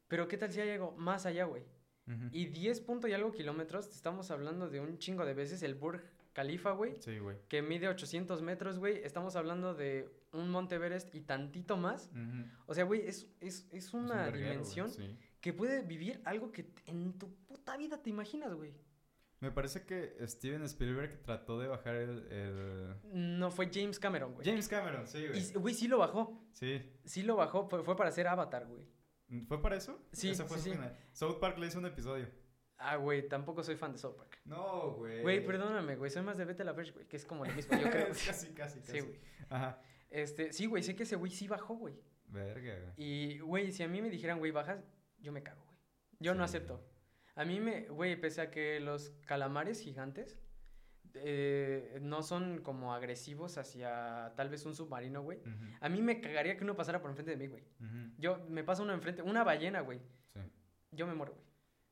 Pero ¿qué tal si hay algo más allá, güey? ujú. Y 10 punto y algo kilómetros, te estamos hablando de un chingo de veces el Burj Khalifa, güey, Sí, güey. que mide 800 metros, güey. Estamos hablando de un Monte Everest y tantito más. Ujú. O sea, güey, es, es, es Es un una verguero, güey, dimensión sí. que puede vivir algo que t- en tu puta vida te imaginas, güey. Me parece que Steven Spielberg trató de bajar el. el- No fue James Cameron, güey. James Cameron, sí, Y, güey. s- güey, sí lo bajó. Sí. Sí lo bajó. Fue, fue para hacer Avatar, güey. ¿Fue para eso? Sí, Esa fue sí, su sí. final. South Park le hizo un episodio. Ah, güey, tampoco soy fan de South Park. No, güey. Güey, perdóname, güey. Soy más de Vete a la Verge, güey, que es como lo mismo, yo creo. Es casi, casi, casi. Sí, güey. Ajá. Este, sí, güey, sé que ese güey sí bajó, güey. Verga, güey. Y, güey, si a mí me dijeran, güey, bajas, yo me cago, güey. Yo no Sí. acepto. A mí me, güey, pese a que los calamares gigantes eh, no son como agresivos hacia tal vez un submarino, güey. Ujú, A mí me cagaría que uno pasara por enfrente de mí, güey. ujú, Yo, me pasa uno enfrente, una ballena, güey. sí. Yo me muero, güey.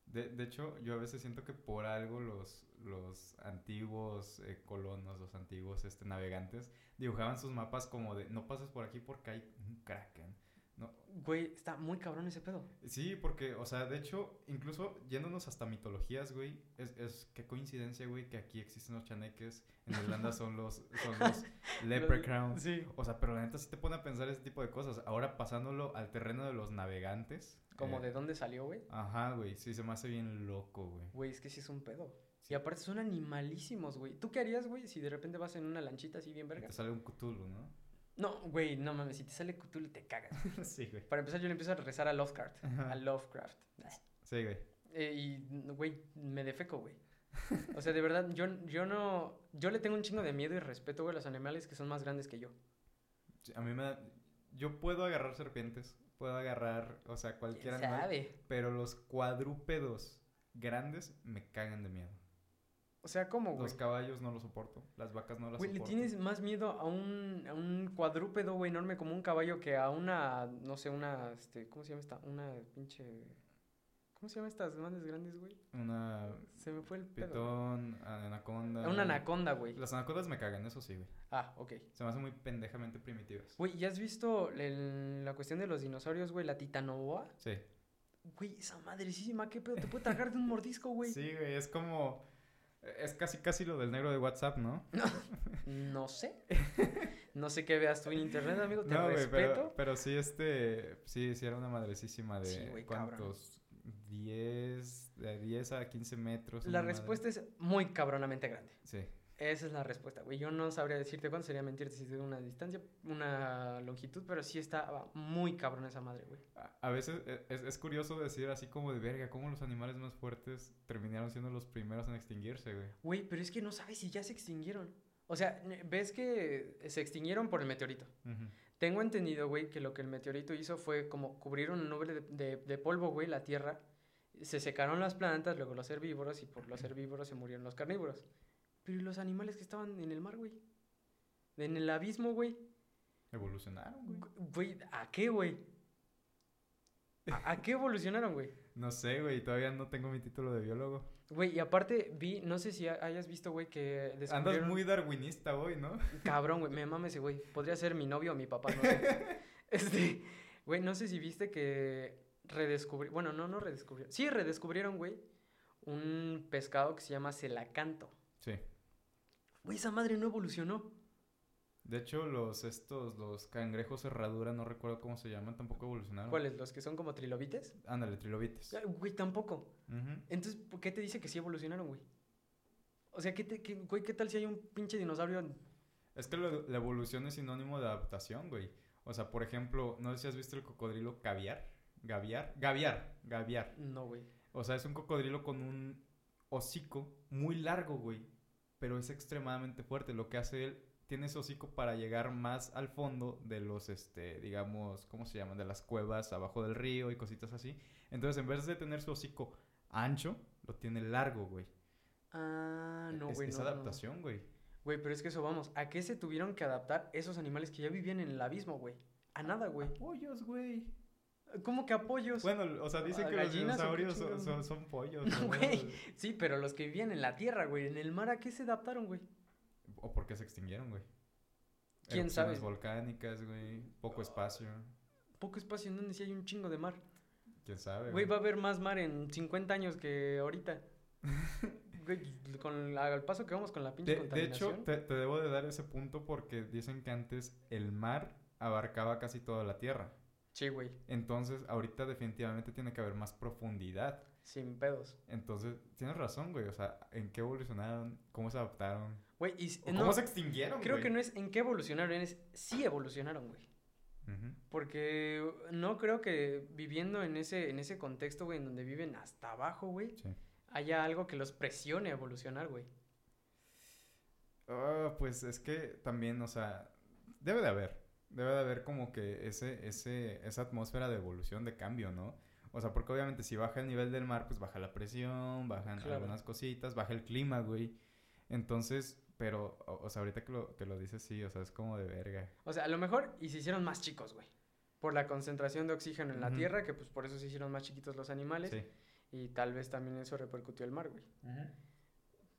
De, de hecho, yo a veces siento que por algo los, los antiguos eh, colonos, los antiguos este, navegantes, dibujaban sus mapas como de no pases por aquí porque hay un kraken. No, Güey, está muy cabrón ese pedo. Sí, porque, o sea, de hecho, incluso yéndonos hasta mitologías, güey, es, es qué coincidencia, güey, que aquí existen los chaneques, en Irlanda son los, son los leprechauns. Sí. O sea, pero la neta sí te pone a pensar ese tipo de cosas. Ahora pasándolo al terreno de los navegantes. Como eh, de dónde salió, güey. Ajá, güey, sí, se me hace bien loco, güey. Güey, es que sí es un pedo. Sí. Y aparte son animalísimos, güey. ¿Tú qué harías, güey, si de repente vas en una lanchita así bien Que verga? te sale un Cthulhu, ¿no? No, güey, no mames, si te sale Cthulhu te cagas. sí, güey. Para empezar, yo le empiezo a rezar a Lovecraft. Ajá. A Lovecraft. Sí, güey. Eh, y, n- güey, me defeco, güey. O sea, de verdad, yo, yo no. Yo le tengo un chingo de miedo y respeto, güey, a los animales que son más grandes que yo. Sí, A mí me da... Yo puedo agarrar serpientes, puedo agarrar, o sea, cualquier ¿Quién animal. sabe? Pero los cuadrúpedos grandes me cagan de miedo. O sea, ¿cómo, güey? Los caballos no los soporto, las vacas no las Güey, le soporto. tienes más miedo a un, a un cuadrúpedo, güey, enorme como un caballo que a una. No sé, una. Este, ¿Cómo se llama esta? Una pinche. ¿Cómo se llaman estas grandes, grandes, güey? Una Se me fue el pedo. pitón, anaconda. A una anaconda, güey. Las anacondas me cagan, eso sí, güey. Ah, ok. Se me hacen muy pendejamente primitivas. Güey, ¿ya has visto el- la cuestión de los dinosaurios, güey? La titanoboa. Sí. Güey, esa madrecísima, qué pedo, te puede tragar de un mordisco, güey. Sí, güey, es como... Es casi casi lo del negro de WhatsApp, ¿no? No sé. No sé qué veas tú en internet, amigo, te no, güey, pero, respeto. pero sí, este... Sí, sí, era una madrecísima de... Sí, güey, cabrón. ¿Cuántos? 10... De 10 a 15 metros. La una madre. respuesta es muy cabronamente grande. Sí. Esa es la respuesta, güey. Yo no sabría decirte cuánto sería mentirte si te digo una distancia, una longitud, pero sí estaba muy cabrón esa madre, güey. A- A veces e- es, es curioso decir así como de verga, cómo los animales más fuertes terminaron siendo los primeros en extinguirse, güey. Güey, pero es que no sabes si ya se extinguieron. O sea, n- ves que se extinguieron por el meteorito. Ujú. Tengo entendido, güey, que lo que el meteorito hizo fue como cubrir una nube de, de- de polvo, güey, la tierra. Se secaron las plantas, luego los herbívoros, y por los herbívoros se murieron los carnívoros. Pero ¿y los animales que estaban en el mar, güey? En el abismo, güey. Evolucionaron, güey. Güey, ¿a qué, güey? ¿A, a qué evolucionaron, güey? No sé, güey, todavía no tengo mi título de biólogo. Güey, y aparte vi, no sé si ha- hayas visto, güey, que Andas descubrieron... muy darwinista hoy, ¿no? Cabrón, güey, me mames ese güey. Podría ser mi novio o mi papá, no sé. Este, güey, no sé si viste que redescubrí... Bueno, no, no redescubrieron. Sí, redescubrieron, güey, un pescado que se llama celacanto. Sí. Güey, esa madre no evolucionó. De hecho, los estos, los cangrejos herradura, no recuerdo cómo se llaman, tampoco evolucionaron. ¿Cuáles? ¿Los que son como trilobites? Ándale, trilobites. Ah, Güey, tampoco. Ujú. Entonces, ¿por ¿qué te dice que sí evolucionaron, güey? O sea, ¿qué, te- qué- güey, ¿qué tal si hay un pinche dinosaurio? Es que lo- la evolución es sinónimo de adaptación, güey. O sea, por ejemplo, no sé si has visto el cocodrilo caviar. Gaviar. Gaviar. Gaviar. No, güey. O sea, es un cocodrilo con un hocico muy largo, güey. Pero es extremadamente fuerte. Lo que hace él, tiene ese hocico para llegar más al fondo de los, este, digamos, ¿cómo se llaman? De las cuevas abajo del río y cositas así. Entonces, en vez de tener su hocico ancho, lo tiene largo, güey. Ah, no, es, güey. es no, no, no. adaptación, güey. Güey, pero es que eso vamos. ¿A qué se tuvieron que adaptar esos animales que ya vivían en el abismo, güey? A nada, güey. Pollos, güey. ¿Cómo que apoyos? Bueno, o sea, dicen Pues, ¿A que los gallinas o qué dinosaurios son, chingados? son- son pollos. ¿no? Güey. Sí, pero los que vivían en la tierra, güey. En el mar, ¿a qué se adaptaron, güey? O porque se extinguieron, güey. ¿Quién Erupciones sabe? volcánicas, güey. Poco espacio. Poco espacio en donde sí hay un chingo de mar. ¿Quién sabe? Güey, va a haber más mar en 50 años que ahorita. Güey, con la- al paso que vamos con la pinche De, de hecho, contaminación. te, te debo de dar ese punto porque dicen que antes el mar abarcaba casi toda la tierra. Sí, güey. Entonces, ahorita definitivamente tiene que haber más profundidad. Sin pedos. Entonces, tienes razón, güey. O sea, ¿en qué evolucionaron? ¿Cómo se adaptaron? Güey, y s- ¿O no, ¿Cómo se extinguieron, creo güey? que no es en qué evolucionaron, es sí evolucionaron, güey. Ujú. Porque no creo que viviendo en ese, en ese contexto, güey, en donde viven hasta abajo, güey, Sí. haya algo que los presione a evolucionar, güey. Ah, pues es que también, o sea, debe de haber, debe de haber como que ese, ese, esa atmósfera de evolución, de cambio, ¿no? O sea, porque obviamente si baja el nivel del mar, pues baja la presión, bajan Claro. algunas cositas, baja el clima, güey. Entonces, pero, o, o sea, ahorita que lo, que lo dices, sí, o sea, es como de verga. O sea, a lo mejor y se hicieron más chicos, güey. Por la concentración de oxígeno en la Ujú. tierra, que pues por eso se hicieron más chiquitos los animales. Sí. Y tal vez también eso repercutió el mar, güey.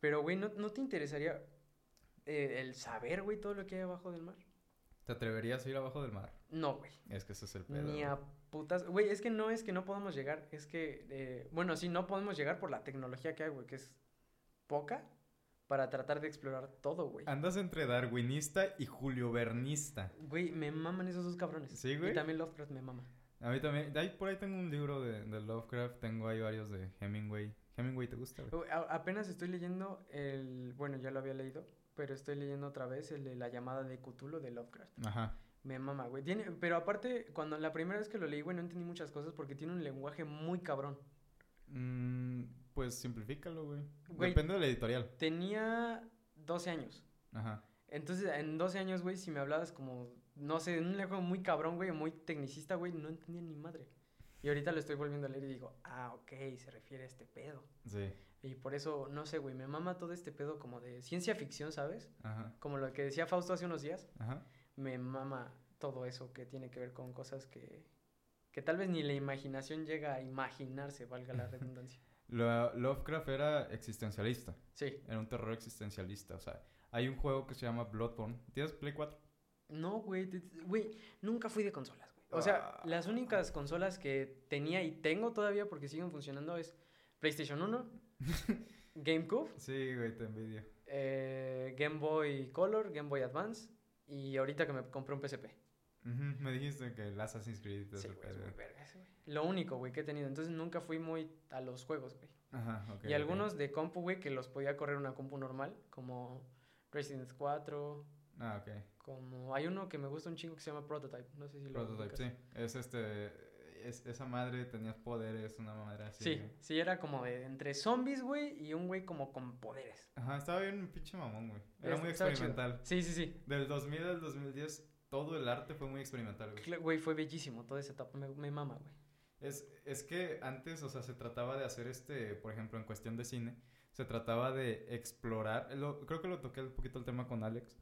Pero, güey, ¿no, no te interesaría eh, el saber, güey, todo lo que hay abajo del mar? ¿Te atreverías a ir abajo del mar? No, güey. Es que ese es el pedo. Ni güey. a putas. Güey, es que no es que no podamos llegar. Es que, eh, bueno, sí, no podemos llegar por la tecnología que hay, güey, que es poca para tratar de explorar todo, güey. Andas entre darwinista y Julio Vernista. Güey, me maman esos dos cabrones. Sí, güey. Y también Lovecraft me mama. A mí también, de ahí, por ahí tengo un libro de, de Lovecraft, tengo ahí varios de Hemingway. Hemingway, ¿te gusta? güey? Güey, a- apenas estoy leyendo el. Bueno, ya lo había leído, pero estoy leyendo otra vez el de La llamada de Cthulhu de Lovecraft. Ajá. Me mama, güey. Tiene, pero aparte, cuando la primera vez que lo leí, güey, no entendí muchas cosas porque tiene un lenguaje muy cabrón. Mm, pues simplifícalo, güey. Güey. Depende de la editorial. Tenía 12 años. Ajá. Entonces, en 12 años, güey, si me hablabas como, no sé, en un lenguaje muy cabrón, güey, muy tecnicista, güey, no entendía ni madre. Y ahorita lo estoy volviendo a leer y digo, ah, ok, se refiere a este pedo. Sí. Y por eso, no sé, güey, me mama todo este pedo como de ciencia ficción, ¿sabes? Ajá. Como lo que decía Fausto hace unos días, Ajá. me mama todo eso que tiene que ver con cosas que, que tal vez ni la imaginación llega a imaginarse, valga la redundancia. Lo- Lovecraft era existencialista. Sí. Era un terror existencialista. O sea, hay un juego que se llama Bloodborne. ¿Tienes Play 4? No, güey, te- te- güey, nunca fui de consolas, güey. O sea, Ah. las únicas consolas que tenía y tengo todavía porque siguen funcionando es PlayStation 1, GameCube, Sí, güey, te envidio. eh, Game Boy Color, Game Boy Advance y ahorita que me compré un PSP. Ujú, Me dijiste que el Assassin's Creed. y todo Sí, ese güey, es pedo. muy verga ese, güey. Lo único, güey, que he tenido. Entonces nunca fui muy a los juegos, güey. Ajá, ok. y ok. algunos de compu, güey, que los podía correr una compu normal, como Resident 4, Ah, ok. como... Hay uno que me gusta un chingo que se llama Prototype, no sé si lo Prototype, ubicas. sí. Es este. es- esa madre tenías poderes, una madre así. Sí, güey. sí, era como de entre zombies, güey, y un güey como con poderes. Ajá, estaba bien pinche mamón, güey. Era Es- muy estaba chido. experimental. Sí, sí, sí. Del 2000 al 2010, todo el arte fue muy experimental, güey. Cla- Güey, fue bellísimo toda esa etapa. Me, me mama, güey. Es, es que antes, o sea, se trataba de hacer este, por ejemplo, en cuestión de cine, se trataba de explorar, lo- creo que lo toqué un poquito el tema con Alex,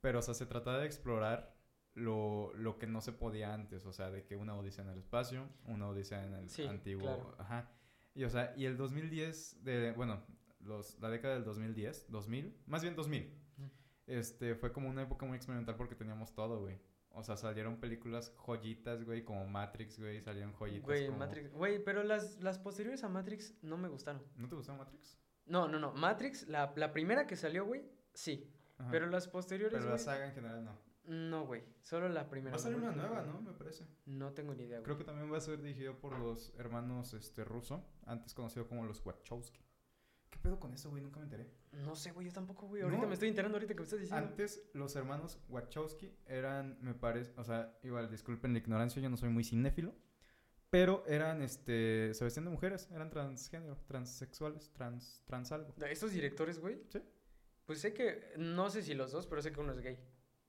pero, o sea, se trataba de explorar lo, lo que no se podía antes, o sea, de que una odisea en el espacio, una odisea en el Sí, antiguo, claro. ajá. Y o sea, y el 2010 de bueno, los la década del 2010, 2000, más bien 2000. Ujú. Este fue como una época muy experimental porque teníamos todo, güey. O sea, salieron películas joyitas, güey, como Matrix, güey, salieron joyitas Güey, como- Matrix. Güey, pero las, las posteriores a Matrix no me gustaron. ¿No te gustó Matrix? No, no, no. Matrix, la, la primera que salió, güey, sí. Ajá. Pero las posteriores. Ah. Pero la güey, saga en general no. No, güey. Solo la primera. Va a la salir una última, nueva, güey. ¿no? Me parece. No tengo ni idea, güey. Creo que también va a ser dirigido por los hermanos este, ruso, antes conocido como los Wachowski. ¿Qué pedo con eso, güey? Nunca me enteré. No sé, güey, yo tampoco, güey. No. Ahorita me estoy enterando ahorita que me estás diciendo. Antes los hermanos Wachowski eran, me parece, o sea, igual, disculpen la ignorancia, yo no soy muy cinéfilo, pero eran, este, se vestían de mujeres, eran transgénero, transexuales, trans, trans algo. Estos directores, güey. Sí. Pues sé que. No sé si los dos, pero sé que uno es gay.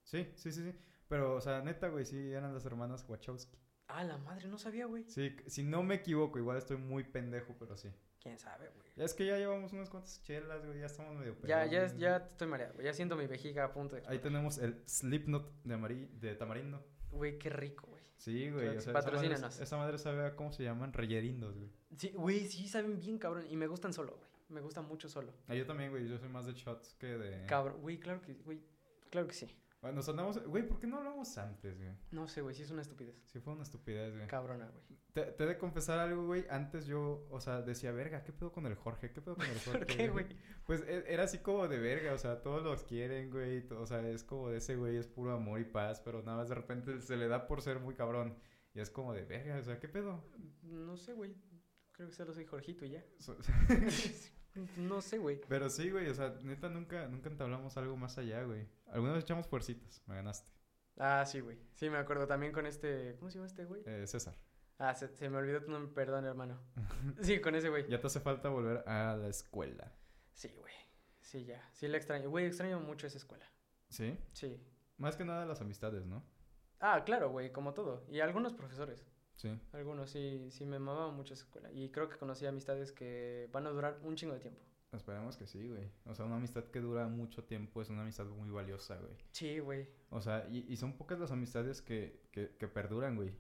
Sí, sí, sí, sí. Pero, o sea, neta, güey, sí, eran las hermanas Wachowski. Ah, la madre, no sabía, güey. Sí, c- si no me equivoco, igual estoy muy pendejo, pero sí. Quién sabe, güey. Ya es que ya llevamos unas cuantas chelas, güey, ya estamos medio Ya, ya, pedones, ya estoy mareado, güey. Ya siento mi vejiga a punto de. Ahí explotar. tenemos el Slipknot de, amarillo, de tamarindo. Güey, qué rico, güey. Sí, güey. O sea, Esa Patrocínanos. madre, esa madre sabe a cómo se llaman reyerindos, güey. Sí, güey, sí saben bien, cabrón. Y me gustan solo, güey. Me gusta mucho solo. Ah, yo también, güey. Yo soy más de shots que de. Cabrón, güey, claro que, güey, claro que sí. Bueno, nos andamos. Güey, ¿por qué no hablamos antes, güey? No sé, güey, sí es una estupidez. Sí, fue una estupidez, güey. Cabrona, güey. Te, te he de confesar algo, güey. Antes yo, o sea, decía, verga, ¿qué pedo con el Jorge? ¿Qué pedo con el Jorge? ¿Por qué, güey? Pues e- era así como de verga, o sea, todos los quieren, güey. to- O sea, es como de ese güey, es puro amor y paz, pero nada más de repente se le da por ser muy cabrón. Y es como de verga, o sea, ¿qué pedo? No sé, güey. Creo que solo soy Jorgito y ya. So- no sé, güey. Pero sí, güey, o sea, neta nunca, nunca entablamos algo más allá, güey. Alguna vez echamos fuercitas, me ganaste. Ah, sí, güey. Sí, me acuerdo también con este. ¿Cómo se llama este, güey? Eh, César, Ah, se, se me olvidó tu nombre, perdón, hermano. Sí, con ese, güey. ya te hace falta volver a la escuela. Sí, güey. Sí, ya. Sí, la extraño. Güey, extraño mucho esa escuela. ¿Sí? Sí. Más que nada las amistades, ¿no? Ah, claro, güey, como todo. Y algunos profesores. Sí. Algunos, sí, sí, me mamaba mucho esa escuela. Y creo que conocí amistades que van a durar un chingo de tiempo. Esperemos que sí, güey. O sea, una amistad que dura mucho tiempo es una amistad muy valiosa, güey. Sí, güey. O sea, y, y son pocas las amistades que, que, que perduran, güey.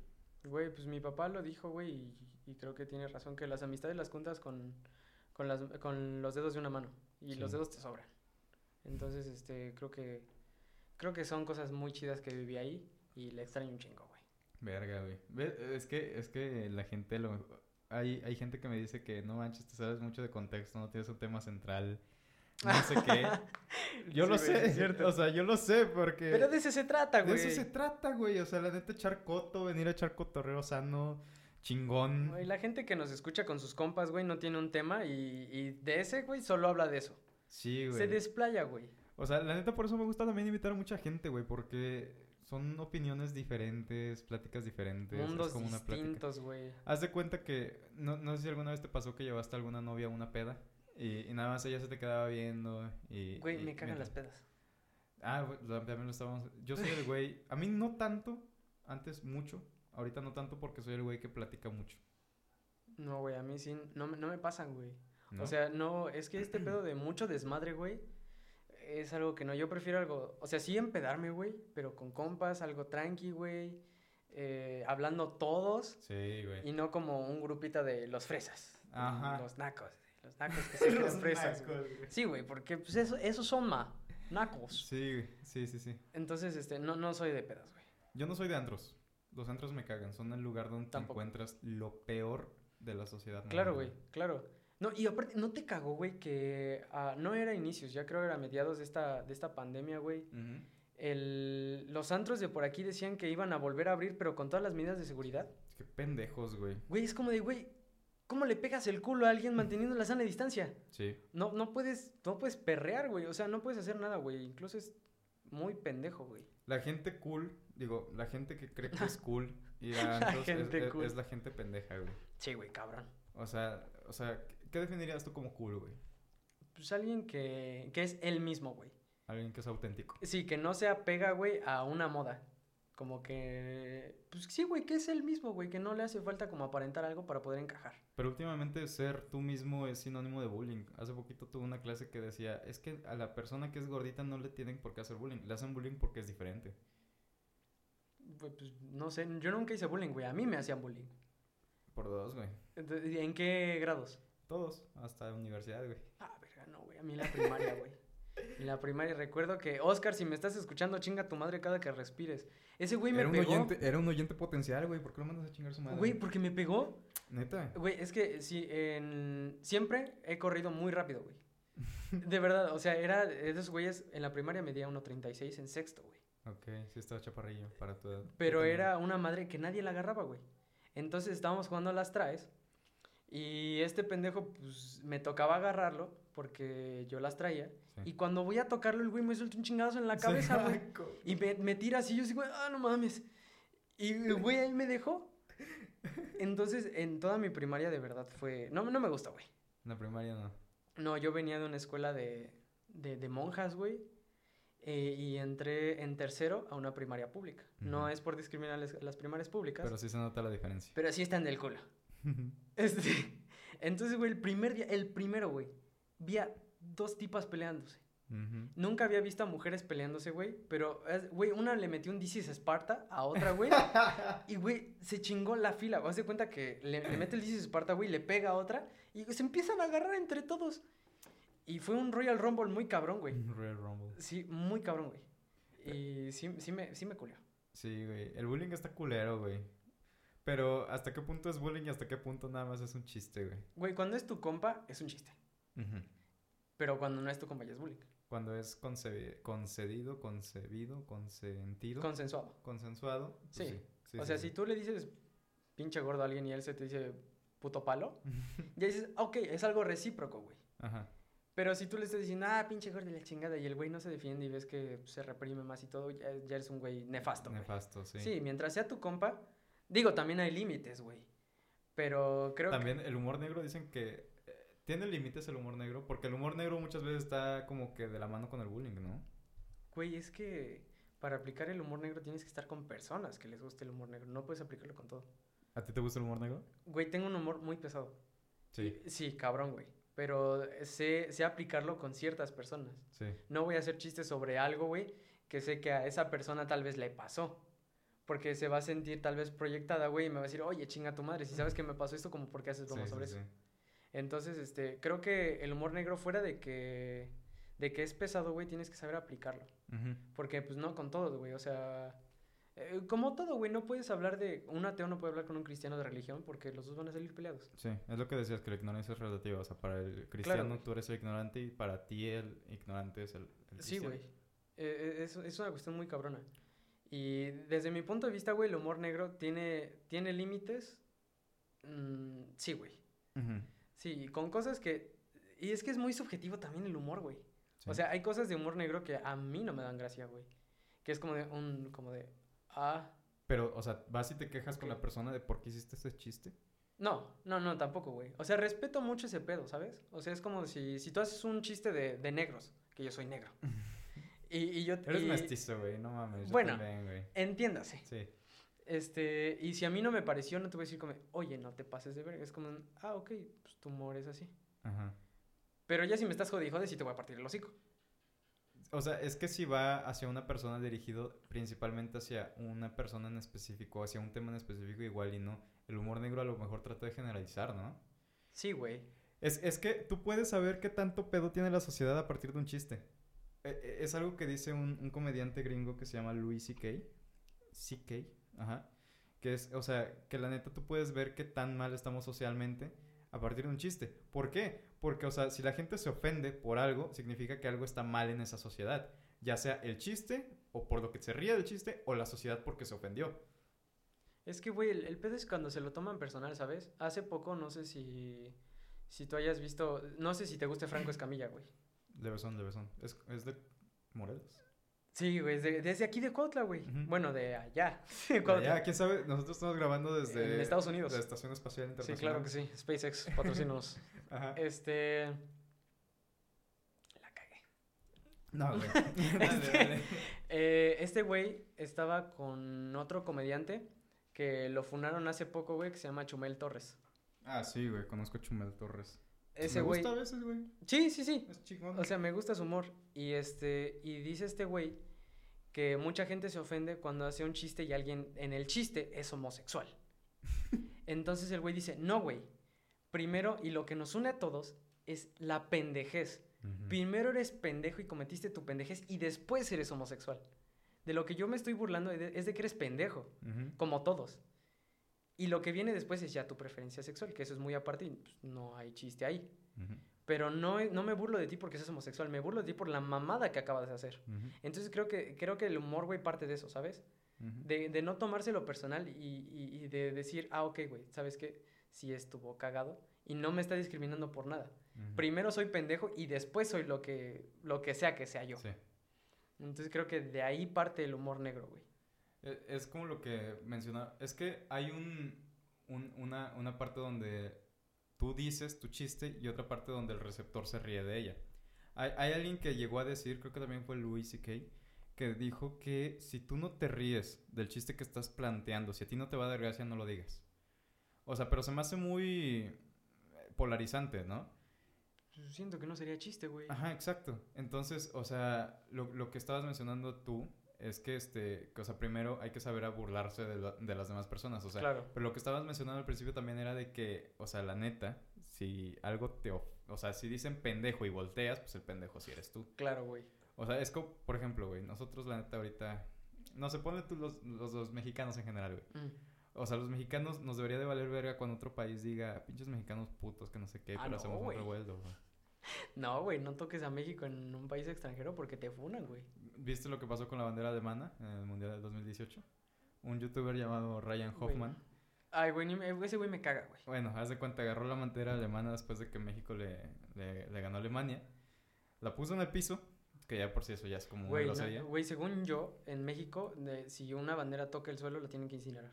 Güey, pues mi papá lo dijo, güey, y, y creo que tiene razón, que las amistades las juntas con, con, las, con los dedos de una mano, y los Sí. dedos te sobran. Entonces, este, creo que, creo que son cosas muy chidas que viví ahí, y le extraño un chingo, güey. Verga, güey. Ve- Es que, es que la gente lo... Hay, hay gente que me dice que no manches, te sabes mucho de contexto, no tienes un tema central, no sé qué. Yo Sí, lo güey, sé, es cierto. O sea, yo lo sé porque... Pero de eso se trata, de güey. eso se trata, güey. O sea, la neta, echar coto, venir a echar cotorreo sano, chingón. Güey, la gente que nos escucha con sus compas, güey, no tiene un tema, y, y de ese, güey, solo habla de eso. Sí, güey. Se desplaya, güey. O sea, la neta, por eso me gusta también invitar a mucha gente, güey, porque son opiniones diferentes, pláticas diferentes. es Mundos como una plática. distintos, güey. Haz de cuenta que, no, no sé si alguna vez te pasó que llevaste a alguna novia a una peda y, y nada más ella se te quedaba viendo y... Güey, y- me cagan mira. las pedas. Ah, güey, tam- también lo estábamos... Yo soy el güey... A mí no tanto, antes mucho, ahorita no tanto porque soy el güey que platica mucho. No, güey, a mí sí, no, me- no me pasan, güey. ¿no? O sea, no, es que este pedo de mucho desmadre, güey, es algo que no, yo prefiero algo, o sea, sí empedarme, güey, pero con compas, algo tranqui, güey, eh, hablando todos Sí, güey. y no como un grupita de los fresas, de Ajá. los nacos, de los nacos que se creen fresas. güey. Sí, güey, porque pues eso, esos son ma, nacos. Sí, güey, sí, sí, sí. Entonces, este, no, no soy de pedas, güey. Yo no soy de antros. Los antros me cagan. Son el lugar donde Tampoco. te encuentras lo peor de la sociedad. Claro, güey, moderna. claro. No, y aparte, ¿no te cagó, güey, que ah, no era inicios, ya creo era mediados de esta, de esta pandemia, güey? Ujú. el- los antros de por aquí decían que iban a volver a abrir, pero con todas las medidas de seguridad. Qué pendejos, güey. Güey, es como de, güey, ¿cómo le pegas el culo a alguien manteniendo la sana distancia? Sí. No, no puedes, no puedes perrear, güey. O sea, no puedes hacer nada, güey. Incluso es muy pendejo, güey. La gente cool, digo, la gente que cree que es cool ir a La antros es- gente es, cool. es la gente pendeja, güey. Sí, güey, cabrón. O sea, o sea, ¿qué definirías tú como cool, güey? Pues alguien que, que es él mismo, güey. Alguien que es auténtico. Sí, que no se apega, güey, a una moda. Como que... Pues sí, güey, que es él mismo, güey. Que no le hace falta como aparentar algo para poder encajar. Pero últimamente ser tú mismo es sinónimo de bullying. Hace poquito tuve una clase que decía, es que a la persona que es gordita no le tienen por qué hacer bullying. Le hacen bullying porque es diferente. güey, pues no sé, yo nunca hice bullying, güey. A mí me hacían bullying. Por dos, güey. Entonces, ¿y ¿En qué grados? Todos, hasta la universidad, güey. Ah, verga, no, güey. A mí en la primaria, güey. En la primaria recuerdo que, Oscar, si me estás escuchando, chinga tu madre cada que respires. Ese güey me Era un, pegó. oyente, era un oyente potencial, güey. ¿Por qué lo mandas a chingar su madre? Güey, porque me pegó. Neta. Güey, es que sí, en... siempre he corrido muy rápido, güey. De verdad, o sea, era de esos güeyes, en la primaria medía 1.36 en sexto, güey. Ok, sí estaba chaparrillo para tu edad. Pero Yo era una madre que nadie la agarraba, güey. Entonces estábamos jugando a las traes y este pendejo, pues, me tocaba agarrarlo porque yo las traía. también, sí. Y cuando voy a tocarlo, el güey me suelta un chingazo en la Sí, cabeza, güey. ay, co- Y me, me tira así, yo así, güey, ah, no mames. Y el güey ahí me dejó. Entonces, en toda mi primaria de verdad fue... No, no me gusta, güey. En la primaria no. No, yo venía de una escuela de, de, de monjas, güey. eh, y entré en tercero a una primaria pública. No Ujú. es por discriminar las, las primarias públicas, Pero pero, sí se nota la diferencia. sí están del culo. Este, entonces, güey, el primer día, el primero, güey, vi a dos tipas peleándose. Ujú. Nunca había visto a mujeres peleándose, güey. Pero, es- güey, una le metió un Dices Esparta a otra, güey. y, güey, se chingó la fila. Haz de cuenta que le, le mete el Dices Esparta, güey, le pega a otra. Y se empiezan a agarrar entre todos. Y fue un Royal Rumble muy cabrón, güey. Royal Rumble. Sí, muy cabrón, güey. Y sí, sí me, sí me culió. Sí, güey. El bullying está culero, güey. Pero ¿hasta qué punto es bullying y hasta qué punto nada más es un chiste, güey? Güey, cuando es tu compa, es un chiste. Ujú. Pero cuando no es tu compa, ya es bullying. Cuando es concebi- concedido, concebido, consentido, Consensuado. consensuado. pues Sí. sí, o sí, sea, sí. si tú le dices pinche gordo a alguien y él se te dice puto palo, ya dices, "Ah, ok, es algo recíproco, güey. Ajá. Pero si tú le estás diciendo, ah, pinche gordo y la chingada, y el güey no se defiende y ves que se reprime más y todo, ya, ya eres un güey nefasto. güey. Nefasto, sí. sí. mientras sea tu compa, digo, también hay límites, güey. Pero creo También el humor negro dicen que eh, tiene límites el humor negro, porque el humor negro muchas veces está como que de la mano con el bullying, ¿no? que, güey, es que para aplicar el humor negro tienes que estar con personas que les guste el humor negro, no puedes aplicarlo con todo. ¿A ti te gusta el humor negro? Güey, tengo un humor muy pesado. Sí, Sí, cabrón, güey. Pero sé, sé aplicarlo con ciertas personas. sí. No voy a hacer chistes sobre algo, güey, que sé que a esa persona tal vez le pasó. Porque se va a sentir tal vez proyectada, güey, y me va a decir, oye, chinga tu madre, si sabes que me pasó esto, como por qué haces broma sí, sobre sí, eso? sí. Entonces, este, creo que el humor negro fuera de que, de que es pesado, güey, tienes que saber aplicarlo. Ujú. Porque, pues, no con todo, güey, o sea... eh, como todo, güey, no puedes hablar de... Un ateo no puede hablar con un cristiano de religión porque los dos van a salir peleados. Sí, es lo que decías, que la ignorancia es relativa. O sea, para el cristiano güey. tú eres el ignorante y para ti el ignorante es el, el Sí, cristiano. güey. Eh, eh, es, es una cuestión muy cabrona. Y desde mi punto de vista, güey, el humor negro tiene, tiene límites. Mm, sí, güey. Ujú, Sí, con cosas que... Y es que es muy subjetivo también el humor, güey. sí. O sea, hay cosas de humor negro que a mí no me dan gracia, güey. Que es como de un... Como de... Ah... Pero, o sea, vas y te quejas con Ok. la persona de por qué hiciste ese chiste. No, no, no, tampoco, güey. O sea, respeto mucho ese pedo, ¿sabes? O sea, es como si, si tú haces un chiste de, de negros, que yo soy negro. Y, y yo... Eres y- mestizo, güey, no mames. yo Bueno. también, güey. Entiéndase. Sí, Este, y si a mí no me pareció, no te voy a decir como, oye, no te pases de verga. Es como, un, ah, ok, pues tu humor es así. ajá. Pero ya si me estás jodido, jode, sí te voy a partir el hocico. O sea, es que si va hacia una persona dirigido principalmente hacia una persona en específico, hacia un tema en específico, igual y no. El humor negro a lo mejor trata de generalizar, ¿no? Sí, güey. Es, es que tú puedes saber qué tanto pedo tiene la sociedad a partir de un chiste. E- e- Es algo que dice un, un comediante gringo que se llama Louis C.K. C.K. Ajá. Que es, o sea, que la neta tú puedes ver qué tan mal estamos socialmente a partir de un chiste. ¿Por qué? Porque, o sea, si la gente se ofende por algo, significa que algo está mal en esa sociedad. Ya sea el chiste, o por lo que se ríe del chiste, o la sociedad porque se ofendió. Es que, güey, el, el pedo es cuando se lo toman personal, ¿sabes? Hace poco, no sé si, si tú hayas visto, no sé si te guste Franco Escamilla, güey. Leveson, Leveson. Es, es de Morelos. Sí, güey, desde, desde aquí de Cuautla, güey. Ujú. Bueno, de allá. de Cuautla. Ya, quién sabe, nosotros estamos grabando desde En Estados Unidos. La Estación Espacial Sí, Internacional. claro que sí. SpaceX, patrocínanos. Ajá. este... La cagué. No, güey. Este Dale, dale. Eh, este güey estaba con otro comediante que lo funaron hace poco, güey, que se llama Chumel Torres. Ah, sí, güey, conozco a Chumel Torres. Ese Me güey. gusta a veces, güey. Sí, sí, sí. Es chingón. O sea, me gusta su humor. Y este. Y dice este güey que mucha gente se ofende cuando hace un chiste y alguien en el chiste es homosexual. Entonces el güey dice, no, güey. Primero, y lo que nos une a todos es la pendejez. Ujú. Primero eres pendejo y cometiste tu pendejez y después eres homosexual. De lo que yo me estoy burlando es de- es de que eres pendejo, Ujú. como todos. Y lo que viene después es ya tu preferencia sexual, que eso es muy aparte y pues, no hay chiste ahí. Ujú. Pero no, e- no me burlo de ti porque seas homosexual, me burlo de ti por la mamada que acabas de hacer. Ujú. Entonces creo que, creo que el humor, güey, parte de eso, ¿sabes? Ujú. De, de no tomárselo personal y, y- y de decir, ah, ok, güey, ¿sabes qué? Sí estuvo cagado y no me está discriminando por nada. Ujú. Primero soy pendejo y después soy lo que, lo que sea que sea yo. Sí. Entonces creo que de ahí parte el humor negro, güey. E- Es como lo que mencionaba. Es que hay un, un- una, una parte donde tú dices tu chiste y otra parte donde el receptor se ríe de ella. Hay, hay alguien que llegó a decir, creo que también fue Louis C.K., que dijo que si tú no te ríes del chiste que estás planteando, si a ti no te va a dar gracia, no lo digas. O sea, pero se me hace muy eh, polarizante, ¿no? Pues, Siento que no sería chiste, güey. Ajá, exacto. Entonces, o sea, lo, lo que estabas mencionando tú es que, este, que, o sea, primero hay que saber a burlarse de, la- de las demás personas, o sea. claro. Pero lo que estabas mencionando al principio también era de que, o sea, la neta, si algo te... of- O sea, si dicen pendejo y volteas, pues el pendejo sí eres tú. Claro, güey. O sea, es como, por ejemplo, güey, nosotros la neta ahorita... No se pone tú los, los, los mexicanos en general, güey. Mm. O sea, los mexicanos nos debería de valer verga cuando otro país diga, pinches mexicanos putos, que no sé qué, Ah, pero no, hacemos güey. un revuelo, güey. No, güey, no toques a México en un país extranjero porque te funan, güey. ¿Viste lo que pasó con la bandera alemana en el Mundial del 2018? Un youtuber llamado Ryan Güey, Hoffman. no. Ay, güey, ni me- ese güey me caga, güey. Bueno, haz de cuenta, agarró la bandera alemana después de que México le, le- le ganó a Alemania. La puso en el piso, que ya por si eso ya es como una Güey, no, grosería. Mm, No, güey, según yo, en México, de- si una bandera toca el suelo, la tienen que incinerar.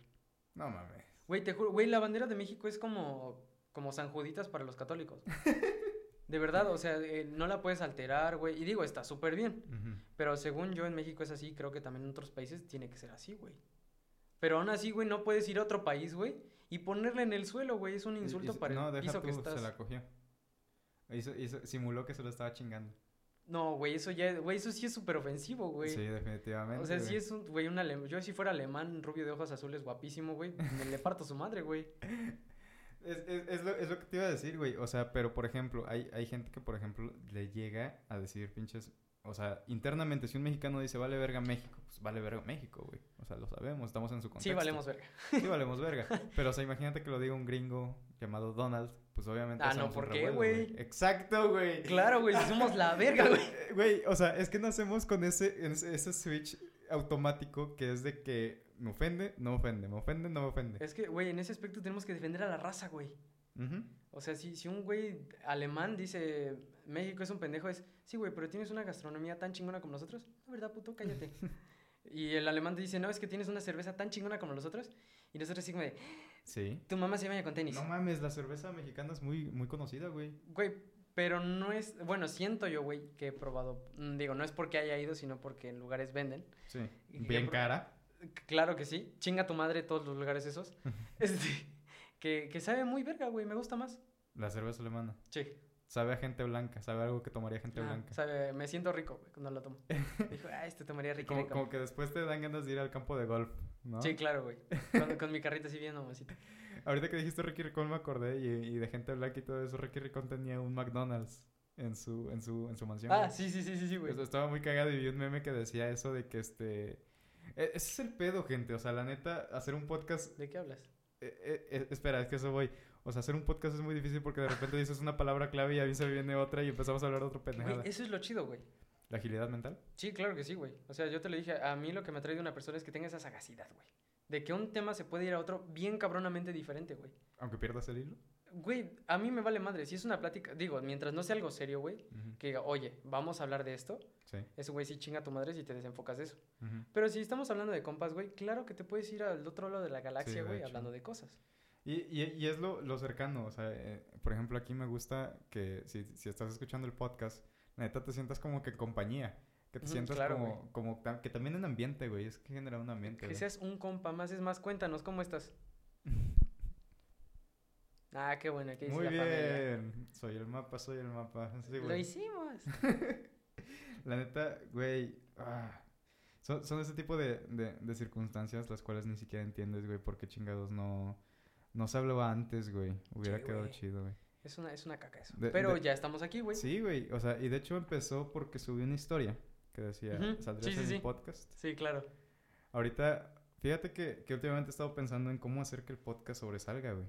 mames. Güey, te juro, güey, la bandera de México es como, como San Juditas para los católicos. De verdad, o sea, eh, no la puedes alterar, güey. Y digo, está súper bien. Ujú. Pero según yo en México es así, creo que también en otros países tiene que ser así, güey. Pero aún así, güey, no puedes ir a otro país, güey, y ponerla en el suelo, güey. Es un Y- y insulto se- para No, el deja piso tú, que estás. se la cogió. Hizo- hizo- simuló que se lo estaba chingando. No, güey, eso ya, güey, eso sí es súper ofensivo, güey. Sí, definitivamente. O sea, güey. si es un, güey, un alemán. Yo si fuera alemán, rubio de ojos azules, guapísimo, güey, me le parto su madre, güey. Es, es- es lo, es lo que te iba a decir, güey. O sea, pero por ejemplo, hay, hay gente que, por ejemplo, le llega a decir pinches. O sea, internamente, si un mexicano dice vale verga México, pues vale verga México, güey. O sea, lo sabemos, estamos en su contexto. Sí, valemos verga. Sí, valemos verga. Pero, o sea, imagínate que lo diga un gringo llamado Donald, pues obviamente. Ah, no, hacemos un ¿por qué, revuelo, güey? Exacto, güey. Claro, güey, si somos la verga, güey. Eh, Güey, o sea, es que nacemos con ese, ese, ese switch automático que es de que me ofende, no me ofende, me ofende, no me ofende. Es que, güey, en ese aspecto tenemos que defender a la raza, güey. Ujú. O sea, si, si un güey alemán dice México es un pendejo, es sí, güey, pero tienes una gastronomía tan chingona como nosotros. La verdad, puto, cállate. y el alemán te dice, no, es que tienes una cerveza tan chingona como nosotros. Y nosotros, así como de, Sí. tu mamá se baña con tenis. No mames, la cerveza mexicana es muy, muy conocida, güey. Güey, pero no es. Bueno, siento yo, güey, que he probado. mm, Digo, no es porque haya ido, sino porque en lugares venden. Sí. Y que Bien por- cara. C- Claro que sí. Chinga tu madre todos los lugares esos. Este, que, que sabe muy verga, güey. Me gusta más. La cerveza alemana. Sí. Sabe a gente blanca, sabe a algo que tomaría gente Ah, blanca. sabe, me siento rico, güey, cuando lo tomo. Dijo, ah, este tomaría rico. Como, como que después te dan ganas de ir al campo de golf, ¿no? Sí, claro, güey. Con, con mi carrito así bien mamacita. Ahorita que dijiste Ricky Ricón me acordé y, y de gente blanca y todo eso, Ricky Ricón tenía un McDonald's en su, en su, en su mansión. Ah, güey. sí, sí, sí, sí, sí, güey. O sea, Estaba muy cagado y vi un meme que decía eso de que este... e- Ese es el pedo, gente. O sea, la neta, hacer un podcast... ¿De qué hablas? eh, eh, eh, espera, es que eso voy. O sea, hacer un podcast es muy difícil porque de repente dices una palabra clave y a mí se me viene otra y empezamos a hablar de otro pendejada. Güey, eso es lo chido, güey. ¿La agilidad mental? Sí, claro que sí, güey. O sea, yo te lo dije, a mí lo que me atrae de una persona es que tenga esa sagacidad, güey. De que un tema se puede ir a otro bien cabronamente diferente, güey. Aunque pierdas el hilo. Güey, a mí me vale madre. Si es una plática, digo, mientras no sea algo serio, güey, Ujú, que diga, oye, vamos a hablar de esto, Sí. ese güey sí chinga a tu madre si te desenfocas de eso. ujú. Pero si estamos hablando de compas, güey, claro que te puedes ir al otro lado de la de galaxia, güey, hecho. hablando de cosas. Y, y- y es lo, lo cercano, o sea, eh, por ejemplo, aquí me gusta que si, si estás escuchando el podcast, neta te sientas como que en compañía, que te Ujú, sientas claro, como, como ta- que también en ambiente, güey, es que genera un ambiente. Que güey. seas un compa más, es más, cuéntanos cómo estás. Ah, qué bueno, ¿qué dice Muy la bien, familia? soy el mapa, soy el mapa. Sí, Lo güey. hicimos. La neta, güey, ah, Son, son ese tipo de, de, de circunstancias las cuales ni siquiera entiendes, güey, porque chingados no, no se hablaba antes, güey. Hubiera Sí, quedado güey. Pues chido, güey. Es una, es una caca eso. De- Pero de- ya estamos aquí, güey. Sí, güey. O sea, y de hecho empezó porque subí una historia que decía, Ujú, ¿saldrías sí, sí, en mi sí. podcast? Sí, claro. Ahorita, fíjate que, que últimamente he estado pensando en cómo hacer que el podcast sobresalga, güey.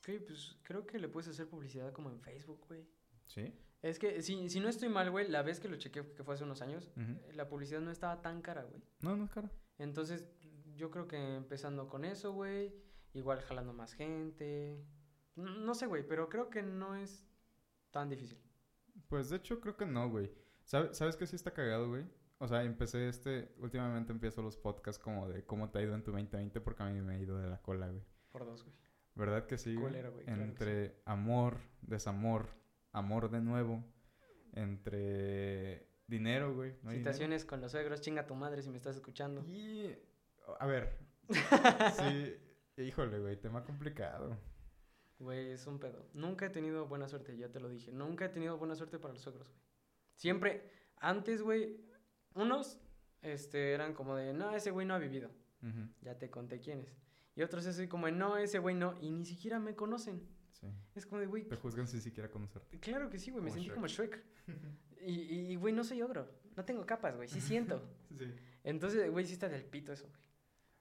Ok, pues creo que le puedes hacer publicidad como en Facebook, güey. ¿Sí? Es que si, si no estoy mal, güey, la vez que lo chequeé, que fue hace unos años, Ujú. la publicidad no estaba tan cara, güey. No, no es caro. Entonces, yo creo que empezando con eso, güey, igual jalando más gente. No, no sé, güey, pero creo que no es tan difícil. Pues de hecho creo que no, güey. ¿Sabe- ¿Sabes que sí está cagado, güey? O sea, empecé este, últimamente empiezo los podcasts como de cómo te ha ido en tu 2020 porque a mí me ha ido de la cola, güey. Por dos, güey. ¿Verdad que sí? güey? Culero, güey, claro que sí. Entre amor, desamor, amor de nuevo, entre dinero, güey. ¿no hay dinero? Citaciones con los suegros, chinga tu madre si me estás escuchando. Y a ver, sí, híjole, güey, tema complicado. Güey, es un pedo. Nunca he tenido buena suerte, ya te lo dije. Nunca he tenido buena suerte para los suegros, güey. Siempre, antes, güey, unos este, eran como de, no, ese güey no ha vivido. Ujú, Ya te conté quiénes. Y otros así como, de, no, ese güey no. Y ni siquiera me conocen. sí. Es como de, güey, Te juzgan sin siquiera conocerte. claro que sí, güey, me Como sentí Shrek. como Shrek. Y, y- y, güey, no soy ogro. No tengo capas, güey, sí siento. Sí. Entonces, güey, sí está del pito eso, güey.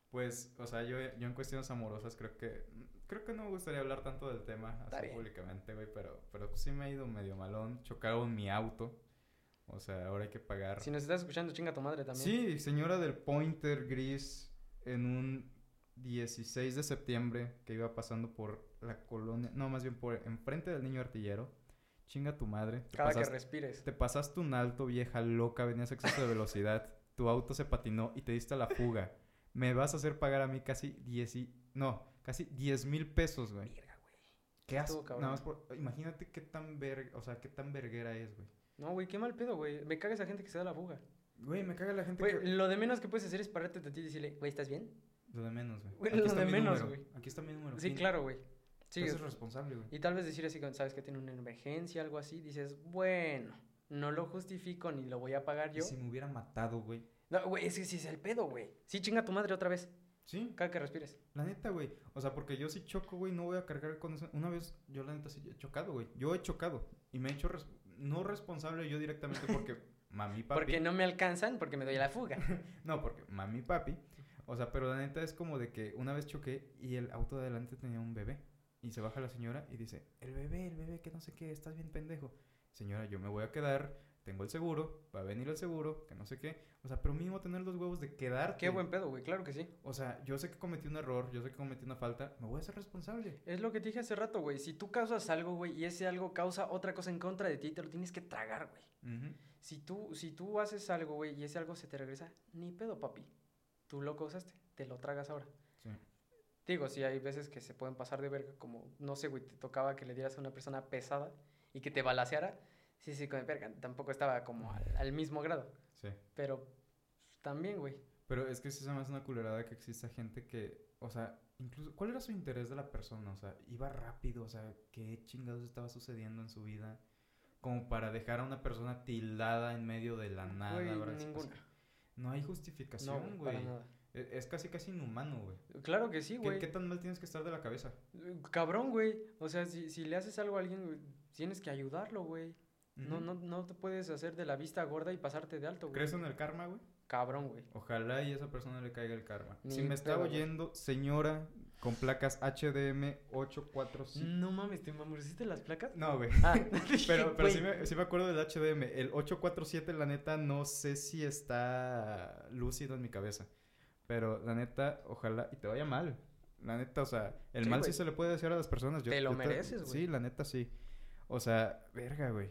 Pues, o sea, yo, yo en cuestiones amorosas creo que creo que no me gustaría hablar tanto del tema Está así bien. públicamente, güey, pero pero pues sí me ha ido medio malón, chocaron mi auto. O sea, ahora hay que pagar. Si nos estás escuchando, chinga tu madre también. Sí, señora del Pointer Gris en un 16 de septiembre que iba pasando por la colonia, no, más bien por enfrente del niño artillero. Chinga tu madre. Te Cada que pasaste- respires. te pasaste un alto, vieja loca, venías a exceso de velocidad, tu auto se patinó y te diste a la fuga. Me vas a hacer pagar a mí casi 10 y... No, casi 10 mil pesos, güey. Verga, güey. ¿Qué estuvo asco? Nada más cabrón. por... Imagínate qué tan ver... O sea, qué tan verguera es, güey. No, güey, qué mal pedo, güey. Me caga esa gente que se da la fuga. Güey, me caga la gente Güey, que... lo de menos que puedes hacer es pararte de ti y decirle, güey, ¿estás bien? Lo de menos, güey. Güey, Aquí lo está de mi menos, número. güey. Aquí está mi número. Sí, fin. claro, güey. Sí, Tú eres güey. responsable, güey. y tal vez decir así, cuando sabes que tiene una emergencia, algo así, dices, bueno, no lo justifico ni lo voy a pagar Y yo. si me hubiera matado, güey. No, güey, es que sí es el pedo, güey. Sí, chinga tu madre otra vez, Sí, cada que respires. la neta, güey. O sea, porque yo si choco, güey, no voy a cargar con eso. Una vez, yo la neta sí he chocado, güey. Yo he chocado. Y me he hecho res- no responsable yo directamente porque mami, papi. Porque no me alcanzan, porque me doy a la fuga. No, porque mami, papi. O sea, pero la neta es como de que una vez choqué y el auto de adelante tenía un bebé. Y se baja la señora y dice, el bebé, el bebé, que no sé qué, estás bien pendejo. Señora, yo me voy a quedar, tengo el seguro, va a venir el seguro, que no sé qué. O sea, pero mínimo tener los huevos de quedarte. Qué buen pedo, güey, claro que sí. O sea, yo sé que cometí un error, yo sé que cometí una falta, me voy a ser responsable. Es lo que te dije hace rato, güey. Si tú causas algo, güey, y ese algo causa otra cosa en contra de ti, te lo tienes que tragar, güey. Ujú. Si tú, si tú haces algo, güey, y ese algo se te regresa, ni pedo, papi. Tú lo causaste, te lo tragas ahora. Sí. Digo, sí, hay veces que se pueden pasar de verga, como, no sé, güey, te tocaba que le dieras a una persona pesada y que te balaseara. Sí, sí, con verga, tampoco estaba como al, al mismo grado. Sí. Pero también, güey. Pero es que sí se me hace una culerada que exista gente que, o sea, incluso, ¿cuál era su interés de la persona? O sea, iba rápido, o sea, ¿qué chingados estaba sucediendo en su vida? Como para dejar a una persona tildada en medio de la nada. Güey, ¿verdad? O sea, ninguna. no hay No, justificación, güey, güey. para nada. E- es casi casi inhumano, güey. Claro que sí, ¿Qué- güey. ¿Qué, tan mal tienes que estar de la cabeza? Cabrón, güey. O sea, si, si le haces algo a alguien, güey, tienes que ayudarlo, güey. No, Ujú. no, no te puedes hacer de la vista gorda y pasarte de alto, güey. ¿Crees en el karma, güey? Cabrón, güey. Ojalá y a esa persona le caiga el karma. Ni si me está pedo, güey. oyendo, señora, con placas HDM 845. No mames, ¿te mamurciste las placas? No, güey. Ah, Pero, pero sí, güey, me, sí me acuerdo del HDM. El 847, la neta, no sé si está lúcido en mi cabeza. Pero la neta, ojalá. Y te vaya mal. La neta, o sea, el Sí, mal güey. sí se le puede decir a las personas. Te lo mereces, güey. Sí, la neta, sí. O sea, verga, güey.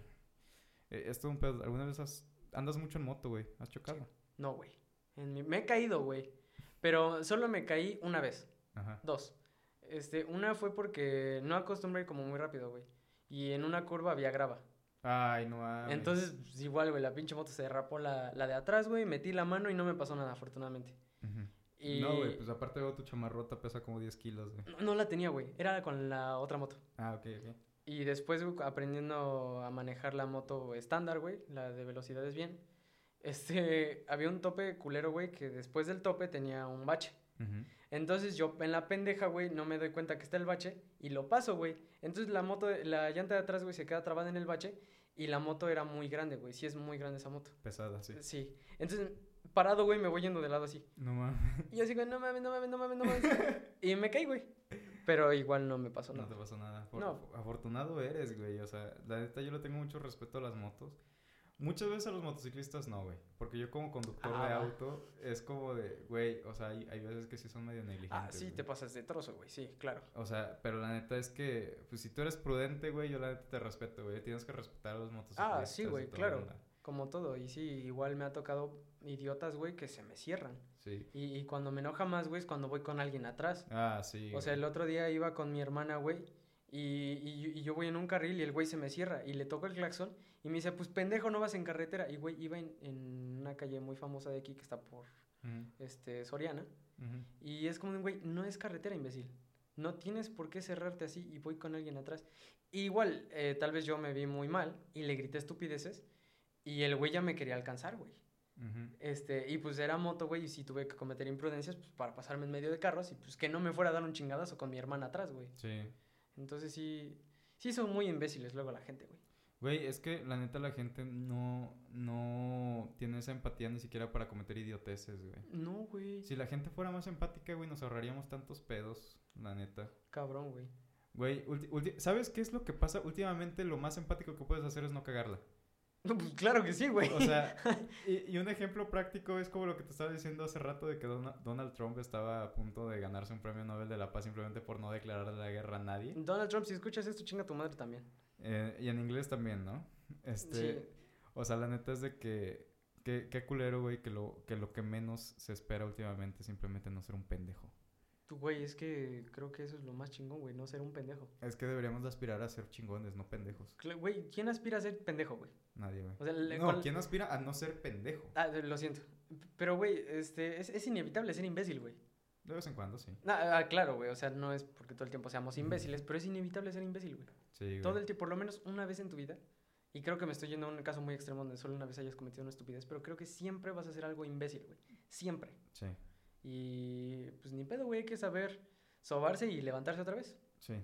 Eh, es todo un pedo. ¿Alguna vez has- andas mucho en moto, güey? ¿Has chocado? No, güey. En mi- Me he caído, güey. Pero solo me caí una vez. Ajá. Dos. Este, una fue porque no acostumbré como muy rápido, güey. Y en una curva había grava. Ay, no mames. Entonces, pues, igual, güey, la pinche moto se derrapó la, la de atrás, güey. Metí la mano y no me pasó nada, afortunadamente. Ujú. Y... No, güey, pues aparte veo tu chamarrota pesa como 10 kilos, güey. No, no la tenía, güey. Era con la otra moto. Ah, ok, ok. Y después güey, aprendiendo a manejar la moto estándar, güey, la de velocidades bien, Este, había un tope culero, güey, que después del tope tenía un bache. Ujú. Entonces yo en la pendeja, güey, no me doy cuenta que está el bache y lo paso, güey. Entonces la moto, de- la llanta de atrás, güey, se queda trabada en el bache y la moto era muy grande, güey. Sí es muy grande esa moto. Pesada, sí. Sí. Entonces, parado, güey, me voy yendo de lado así. No mames, Y yo así, güey, no mames, no mames, no mames, no mames. y me caí, güey. Pero igual no me pasó no nada. te pasó nada. Afor- No. Afortunado eres, güey. O sea, la neta, yo le tengo mucho respeto a las motos. Muchas veces a los motociclistas no, güey. Porque yo como conductor Ah, de va. auto es como de, güey, o sea, hay, hay veces que sí son medio negligentes. ah, sí, güey. te pasas de trozo, güey. Sí, claro. O sea, pero la neta es que, pues si tú eres prudente, güey, yo la neta te respeto, güey. Tienes que respetar a los motociclistas. Ah, sí, y güey, toda claro. la onda. Como todo. Y sí, igual me ha tocado idiotas, güey, que se me cierran. Sí. Y, y cuando me enoja más, güey, es cuando voy con alguien atrás. Ah, sí. O sea, güey. el otro día iba con mi hermana, güey, y, y yo- y yo voy en un carril y el güey se me cierra y le toco el claxon y me dice, pues pendejo, no vas en carretera. Y güey, iba en, en una calle muy famosa de aquí que está por Ujú, este, Soriana. ujú. Y es como, de, güey, no es carretera, imbécil. No tienes por qué cerrarte así y voy con alguien atrás. Igual, eh, tal vez yo me vi muy mal y le grité estupideces y el güey ya me quería alcanzar, güey. Ujú. Este, y pues era moto, güey, y sí tuve que cometer imprudencias pues, para pasarme en medio de carros y pues que no me fuera a dar un chingadazo con mi hermana atrás, güey. Sí. Entonces sí, sí son muy imbéciles luego la gente, güey. Güey, es que la neta la gente no, no tiene esa empatía ni siquiera para cometer idioteces, güey. No, güey. Si la gente fuera más empática, güey, nos ahorraríamos tantos pedos, la neta. Cabrón, güey. Güey, ulti- ulti- ¿sabes qué es lo que pasa? Últimamente lo más empático que puedes hacer es no cagarla. No, pues claro que sí, güey. O sea, y, y un ejemplo práctico es como lo que te estaba diciendo hace rato de que Dona- Donald Trump estaba a punto de ganarse un premio Nobel de la Paz simplemente por no declarar la guerra a nadie. Donald Trump, si escuchas esto, chinga tu madre también. Eh, y en inglés también, ¿no? Este, O sea, la neta es de que qué, qué culero, güey, que lo, que lo que menos se espera últimamente es simplemente no ser un pendejo. Sí, güey, es que creo que eso es lo más chingón, güey, no ser un pendejo. Es que deberíamos de aspirar a ser chingones, no pendejos. Cla- Güey, ¿quién aspira a ser pendejo, güey? Nadie, güey. O sea, le- No, cual- ¿quién aspira a no ser pendejo? Ah, lo siento. Pero, güey, este, es, es inevitable ser imbécil, güey. De vez en cuando, sí. No, ah, claro, güey, o sea, no es porque todo el tiempo seamos imbéciles, pero es inevitable ser imbécil, güey. Sí, güey. Todo el tiempo, por lo menos una vez en tu vida, y creo que me estoy yendo a un caso muy extremo donde solo una vez hayas cometido una estupidez, pero creo que siempre vas a hacer algo imbécil, güey. Siempre. Sí, Y pues ni pedo, güey, hay que saber sobarse y levantarse otra vez. sí.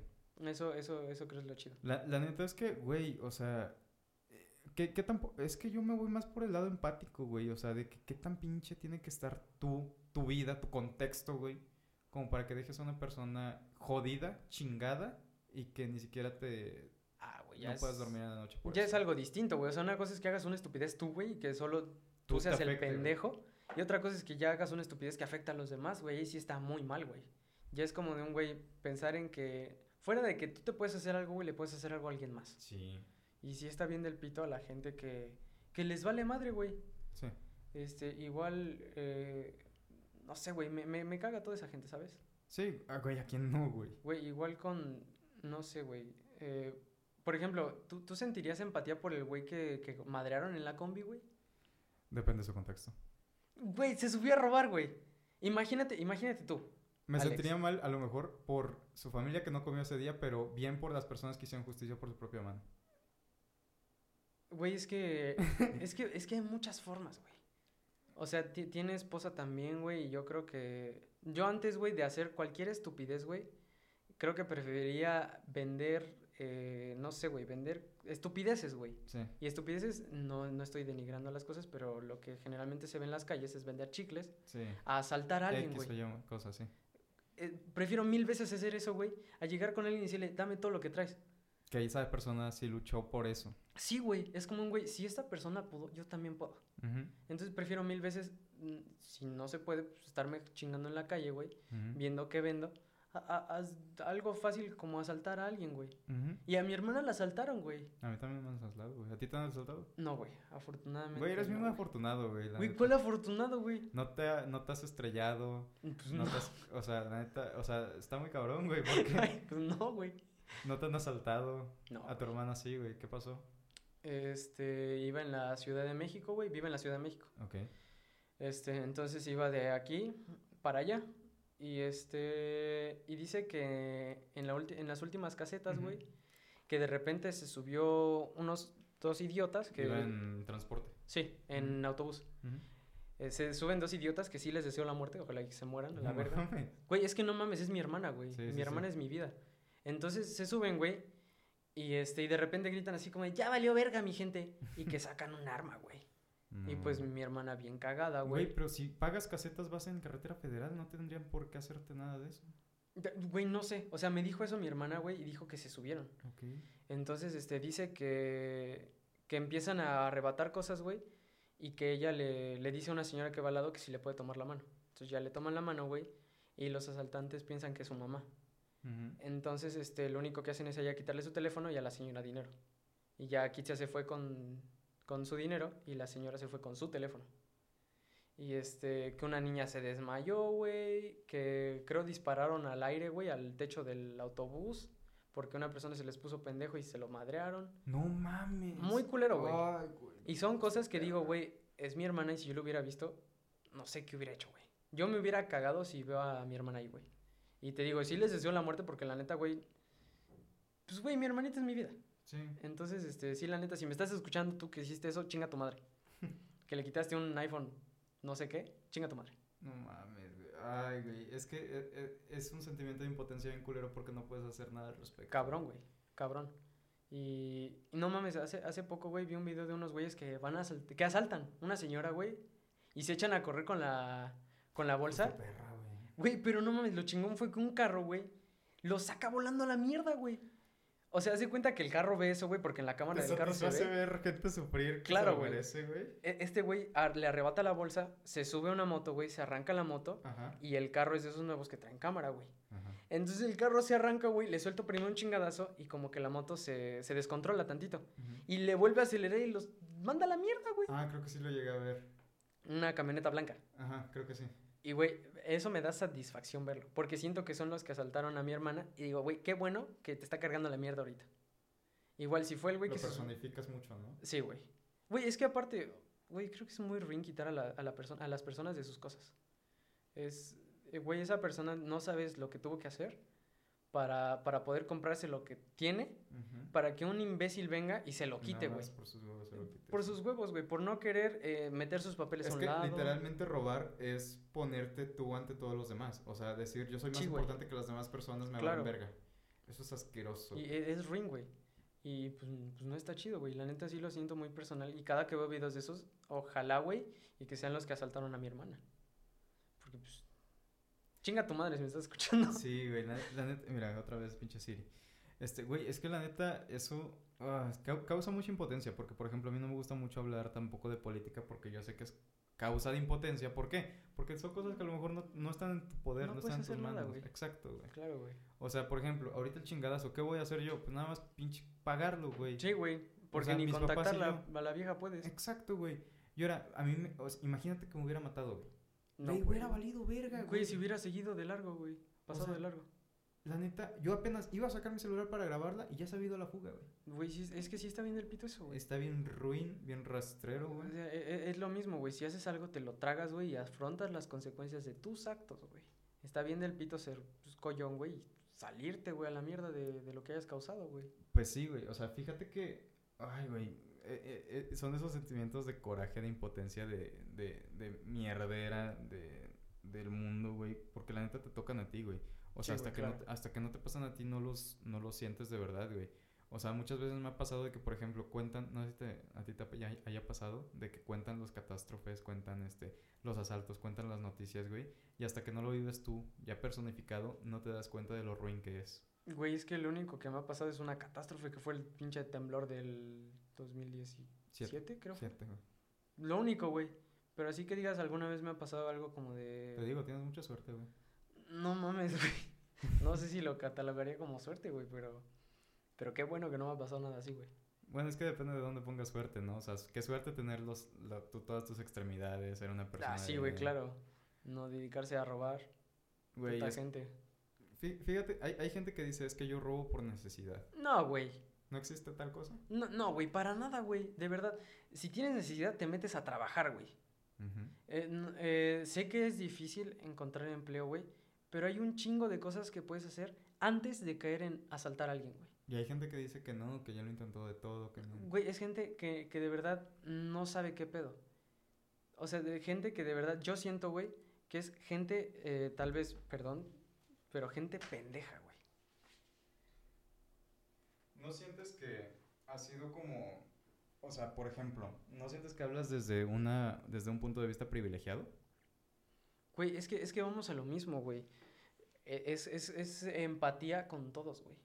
Eso, eso, eso creo es lo chido. La, la neta es que, güey, o sea, eh, ¿qué, qué tan po- es que yo me voy más por el lado empático, güey, o sea, de que qué tan pinche tiene que estar tú, tu vida, tu contexto, güey, como para que dejes a una persona jodida, chingada y que ni siquiera te Ah, güey, ya no es... puedas dormir en la noche por Ya eso. es algo distinto, güey. O sea, una cosa es que hagas una estupidez tú, güey, y que solo tú, Tú te seas el afecte, güey. pendejo. Y otra cosa es que ya hagas una estupidez que afecta a los demás, güey. Ahí sí está muy mal, güey. Ya es como de un güey pensar en que, fuera de que tú te puedes hacer algo, güey, le puedes hacer algo a alguien más. Sí. Y sí está bien del pito a la gente que, que les vale madre, güey. Sí. Este, igual, eh, no sé, güey, me, me, me caga toda esa gente, ¿sabes? Sí, ah, güey, ¿a quién no, güey? Güey, igual con, no sé, güey. eh, por ejemplo, ¿tú, ¿tú sentirías empatía por el güey que, que madrearon en la combi, güey? Depende de su contexto. Güey, se subió a robar, güey. Imagínate, imagínate tú. Me Alex. sentiría mal a lo mejor por su familia que no comió ese día, pero bien por las personas que hicieron justicia por su propia mano. Güey, es que, es que, es que hay muchas formas, güey. O sea, ti- tiene esposa también, güey, y yo creo que, yo antes, güey, de hacer cualquier estupidez, güey, creo que preferiría vender, eh, no sé, güey, vender estupideces, güey. Sí. Y estupideces, no, no estoy denigrando las cosas, pero lo que generalmente se ve en las calles es vender chicles Sí. a asaltar a alguien, X güey. o Y cosas así. Eh, prefiero mil veces hacer eso, güey, a llegar con alguien y decirle, dame todo lo que traes. Que esa persona sí luchó por eso. Sí, güey, es como un güey, si esta persona pudo, yo también puedo. Ujú, Entonces prefiero mil veces, mm, si no se puede, pues, estarme chingando en la calle, güey, ujú, viendo qué vendo. a- a- haz algo fácil como asaltar a alguien, güey. ujú. Y a mi hermana la asaltaron, güey. A mí también me han asaltado, güey. ¿A ti te han asaltado? No, güey, afortunadamente. Güey, eres no, bien afortunado, güey. la Güey, neta. ¿cuál afortunado, güey? No te, ha- no te has estrellado. Pues No no. te has- o sea, la neta, o sea, está muy cabrón, güey, porque Ay, pues no, güey. no te han asaltado. No. A tu hermana sí, güey. ¿Qué pasó? Este, iba en la Ciudad de México, güey, vive en la Ciudad de México. Ok. Este, entonces iba de aquí para allá. Y este, y dice que en, la ulti- en las últimas casetas, Ujú. güey, que de repente se subió unos dos idiotas que... Iba en transporte. Sí, en autobús. Ujú. Eh, se suben dos idiotas que sí les deseo la muerte, ojalá que se mueran, a la No verga. mames. Güey, es que no mames, es mi hermana, güey. Sí, mi sí, hermana sí. es mi vida. Entonces se suben, güey. Y este, y de repente gritan así como de, ya valió verga, mi gente. Y que sacan un arma, güey. Y pues No. mi hermana bien cagada, Güey, güey. pero si pagas casetas vas en carretera federal, no tendrían por qué hacerte nada de eso. Da- Güey, no sé. O sea, me dijo eso mi hermana, güey, y dijo que se subieron. Ok. Entonces, este, dice que, que empiezan a arrebatar cosas, güey, y que ella le, le dice a una señora que va al lado que si le puede tomar la mano. Entonces ya le toman la mano, güey, y los asaltantes piensan que es su mamá. Entonces, este, lo único que hacen es allá quitarle su teléfono y a la señora dinero. Y ya Kitsia se fue con, con su dinero y la señora se fue con su teléfono. Y este, que una niña se desmayó, güey, que creo dispararon al aire, güey, al techo del autobús, porque una persona se les puso pendejo y se lo madrearon. No mames. Muy culero, güey. Ay, güey. Y son cosas que digo, güey, es mi hermana y si yo lo hubiera visto, no sé qué hubiera hecho, güey. Yo me hubiera cagado si veo a mi hermana ahí, güey. Y te digo, sí les deseo la muerte porque la neta, güey, pues, güey, mi hermanita es mi vida. Sí. Entonces, este, sí, la neta, si me estás escuchando tú que hiciste eso, chinga tu madre. que le quitaste un iPhone, no sé qué, chinga tu madre. No mames, güey. Ay, güey. Es que eh, eh, es un sentimiento de impotencia bien culero porque no puedes hacer nada al respecto. Cabrón, güey, cabrón. Y, y no mames, hace, hace poco, güey, vi un video de unos güeyes que van a asalt- que asaltan una señora, güey, y se echan a correr con la, con la bolsa. Qué perra, güey. Güey, pero no mames, lo chingón fue que un carro, güey, lo saca volando a la mierda, güey. O sea, hace cuenta que el carro ve eso, güey, porque en la cámara Te del carro se satisface ve. ver gente sufrir. que Claro, se lo güey. merece, güey. E- Este güey ar- le arrebata la bolsa, se sube a una moto, güey, se arranca la moto Ajá. y el carro es de esos nuevos que traen cámara, güey. Ajá. Entonces el carro se arranca, güey, le suelto primero un chingadazo y como que la moto se, se descontrola tantito. Ujú. Y le vuelve a acelerar y los manda a la mierda, güey. Ah, creo que sí lo llegué a ver. Una camioneta blanca. Ajá, creo que sí. Y, güey, eso me da satisfacción verlo. Porque siento que son los que asaltaron a mi hermana. Y digo, güey, qué bueno que te está cargando la mierda ahorita. Igual si fue el güey lo que se su- personificas mucho, ¿no? Sí, güey. Güey, es que aparte, güey, creo que es muy ruin quitar a, la, a, la persona, a las personas de sus cosas. Es, eh, güey, esa persona no sabes lo que tuvo que hacer para, para poder comprarse lo que tiene, Ujú. para que un imbécil venga y se lo Nada quite, güey. más Por sus huevos se lo quite. Por sí. sus huevos, güey, por no querer eh, meter sus papeles Es a un que lado. literalmente robar es ponerte tú ante todos los demás. O sea, decir yo soy más Sí, güey. importante que las demás personas, me Claro. valen verga. Eso es asqueroso. Y e- es ring, güey. Y pues, pues no está chido, güey. La neta sí lo siento muy personal. Y cada que veo videos de esos, ojalá, güey, y que sean los que asaltaron a mi hermana. Porque pues... Chinga tu madre si me estás escuchando. Sí, güey, la, la neta, mira, otra vez pinche Siri. Este, güey, es que la neta, eso ah, cau- causa mucha impotencia, porque por ejemplo a mí no me gusta mucho hablar tampoco de política, porque yo sé que es causa de impotencia. ¿Por qué? Porque son cosas que a lo mejor no, no están en tu poder, No no, puedes están en tus hacer nada, manos. güey. Exacto, güey. Claro, güey. O sea, por ejemplo, ahorita el chingadazo, ¿qué voy a hacer yo? Pues nada más pinche pagarlo, güey. Sí, güey. Porque sea, ni mis papás y Eh, contactarla a la vieja puedes. Exacto, güey. Y ahora, a mí, me- o sea, imagínate que me hubiera matado, güey. No, Le güey. hubiera valido verga, güey. Güey, si hubiera seguido de largo, güey. Pasado sea- de largo. La neta, yo apenas iba a sacar mi celular para grabarla y ya se ha habido la fuga, güey. Güey, sí es- es que sí está bien el pito eso, güey. Está bien ruin, bien rastrero, O güey. sea, e- e- es lo mismo, güey. Si haces algo, te lo tragas, güey, y afrontas las consecuencias de tus actos, güey. Está bien del pito ser pues, collón, güey, y salirte, güey, a la mierda de, de lo que hayas causado, güey. Pues sí, güey. O sea, fíjate que. Ay, güey. eh, eh, eh, son esos sentimientos de coraje, de impotencia, de, de, de mierdera, de, del mundo, güey. Porque la neta te tocan a ti, güey. O Sí, sea, güey, hasta, que no, claro. te- hasta que no te pasan a ti, no los, no los sientes de verdad, güey. O sea, muchas veces me ha pasado de que, por ejemplo, cuentan, no sé si te- a ti te haya, haya pasado, de que cuentan los catástrofes, cuentan este, los asaltos, cuentan las noticias, güey. Y hasta que no lo vives tú, ya personificado, no te das cuenta de lo ruin que es. Güey, es que lo único que me ha pasado es una catástrofe que fue el pinche temblor del 2017, creo. fue. Siete, güey. Lo único, güey. Pero así que digas, alguna vez me ha pasado algo como de... Te digo, tienes mucha suerte, güey. No mames, güey. No sé si lo catalogaría como suerte, güey, pero... Pero qué bueno que no me ha pasado nada así, güey. Bueno, es que depende de dónde pongas suerte, ¿no? O sea, qué suerte tener los, la- tu- todas tus extremidades, ser una persona. Ah, sí, güey, de- claro. No dedicarse a robar. Güey, tanta es- gente. fí- fíjate, hay, hay gente que dice, es que yo robo por necesidad. No, güey. ¿No existe tal cosa? No, no, güey, para nada, güey. De verdad, si tienes necesidad, te metes a trabajar, güey. Ujú. Eh, n- eh, sé que es difícil encontrar empleo, güey, pero hay un chingo de cosas que puedes hacer antes de caer en asaltar a alguien, güey. Y hay gente que dice que no, que ya lo intentó de todo, que no. Güey, es gente que, que de verdad no sabe qué pedo. O sea, de gente que de verdad yo siento, güey, que es gente, eh, tal vez, perdón, pero gente pendeja, güey. ¿No sientes que ha sido como, o sea, por ejemplo, ¿no sientes que hablas desde una, desde un punto de vista privilegiado? Güey, es que, es que vamos a lo mismo, güey. E- Es, es, es empatía con todos, güey.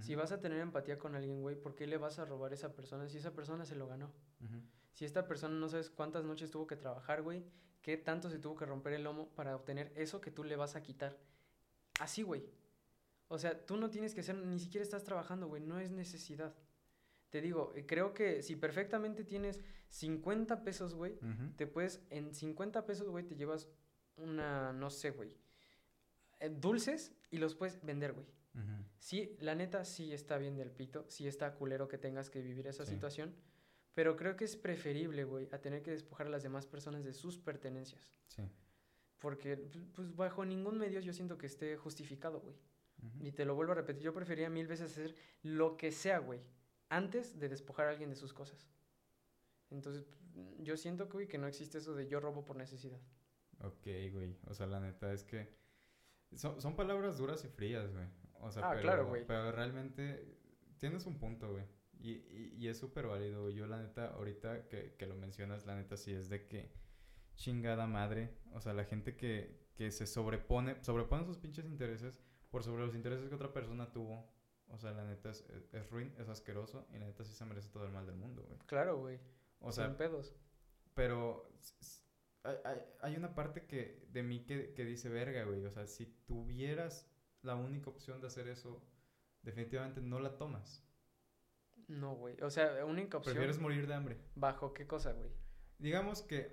Si Ujú, vas a tener empatía con alguien, güey, ¿por qué le vas a robar a esa persona si esa persona se lo ganó? ujú. Si esta persona no sabes cuántas noches tuvo que trabajar, güey, qué tanto se tuvo que romper el lomo para obtener eso que tú le vas a quitar. Así, güey. O sea, tú no tienes que ser, ni siquiera estás trabajando, güey, no es necesidad. Te digo, eh, creo que si perfectamente tienes 50 pesos, güey, Ujú. te puedes, en 50 pesos, güey, te llevas una, no sé, güey, eh, dulces y los puedes vender, güey. Ujú. Sí, la neta sí está bien del pito, sí está culero que tengas que vivir esa Sí. situación, pero creo que es preferible, güey, a tener que despojar a las demás personas de sus pertenencias, Sí. porque pu- pues bajo ningún medio yo siento que esté justificado, güey. Ujú. Y te lo vuelvo a repetir, yo prefería mil veces hacer lo que sea, güey, antes de despojar a alguien de sus cosas. Entonces, mm, yo siento, güey, que no existe eso de yo robo por necesidad. Ok, güey. O sea, la neta es que son, son palabras duras y frías, güey. O sea, Ah, pero, claro, güey. pero realmente tienes un punto, güey. Y, y, y es súper válido. güey. Yo, la neta, ahorita que, que lo mencionas, la neta sí es de que chingada madre. O sea, la gente que, que se sobrepone, sobrepone sus pinches intereses por sobre los intereses que otra persona tuvo. O sea, la neta es, es, es ruin, es asqueroso y la neta sí se merece todo el mal del mundo, güey. Claro, güey, O sin sea, pedos. pero s- s- hay, hay- hay una parte que de mí que, que dice verga, güey. O sea, si tuvieras la única opción de hacer eso, definitivamente no la tomas. No, güey, o sea, única opción, Prefieres morir de hambre. bajo qué cosa, güey. Digamos que...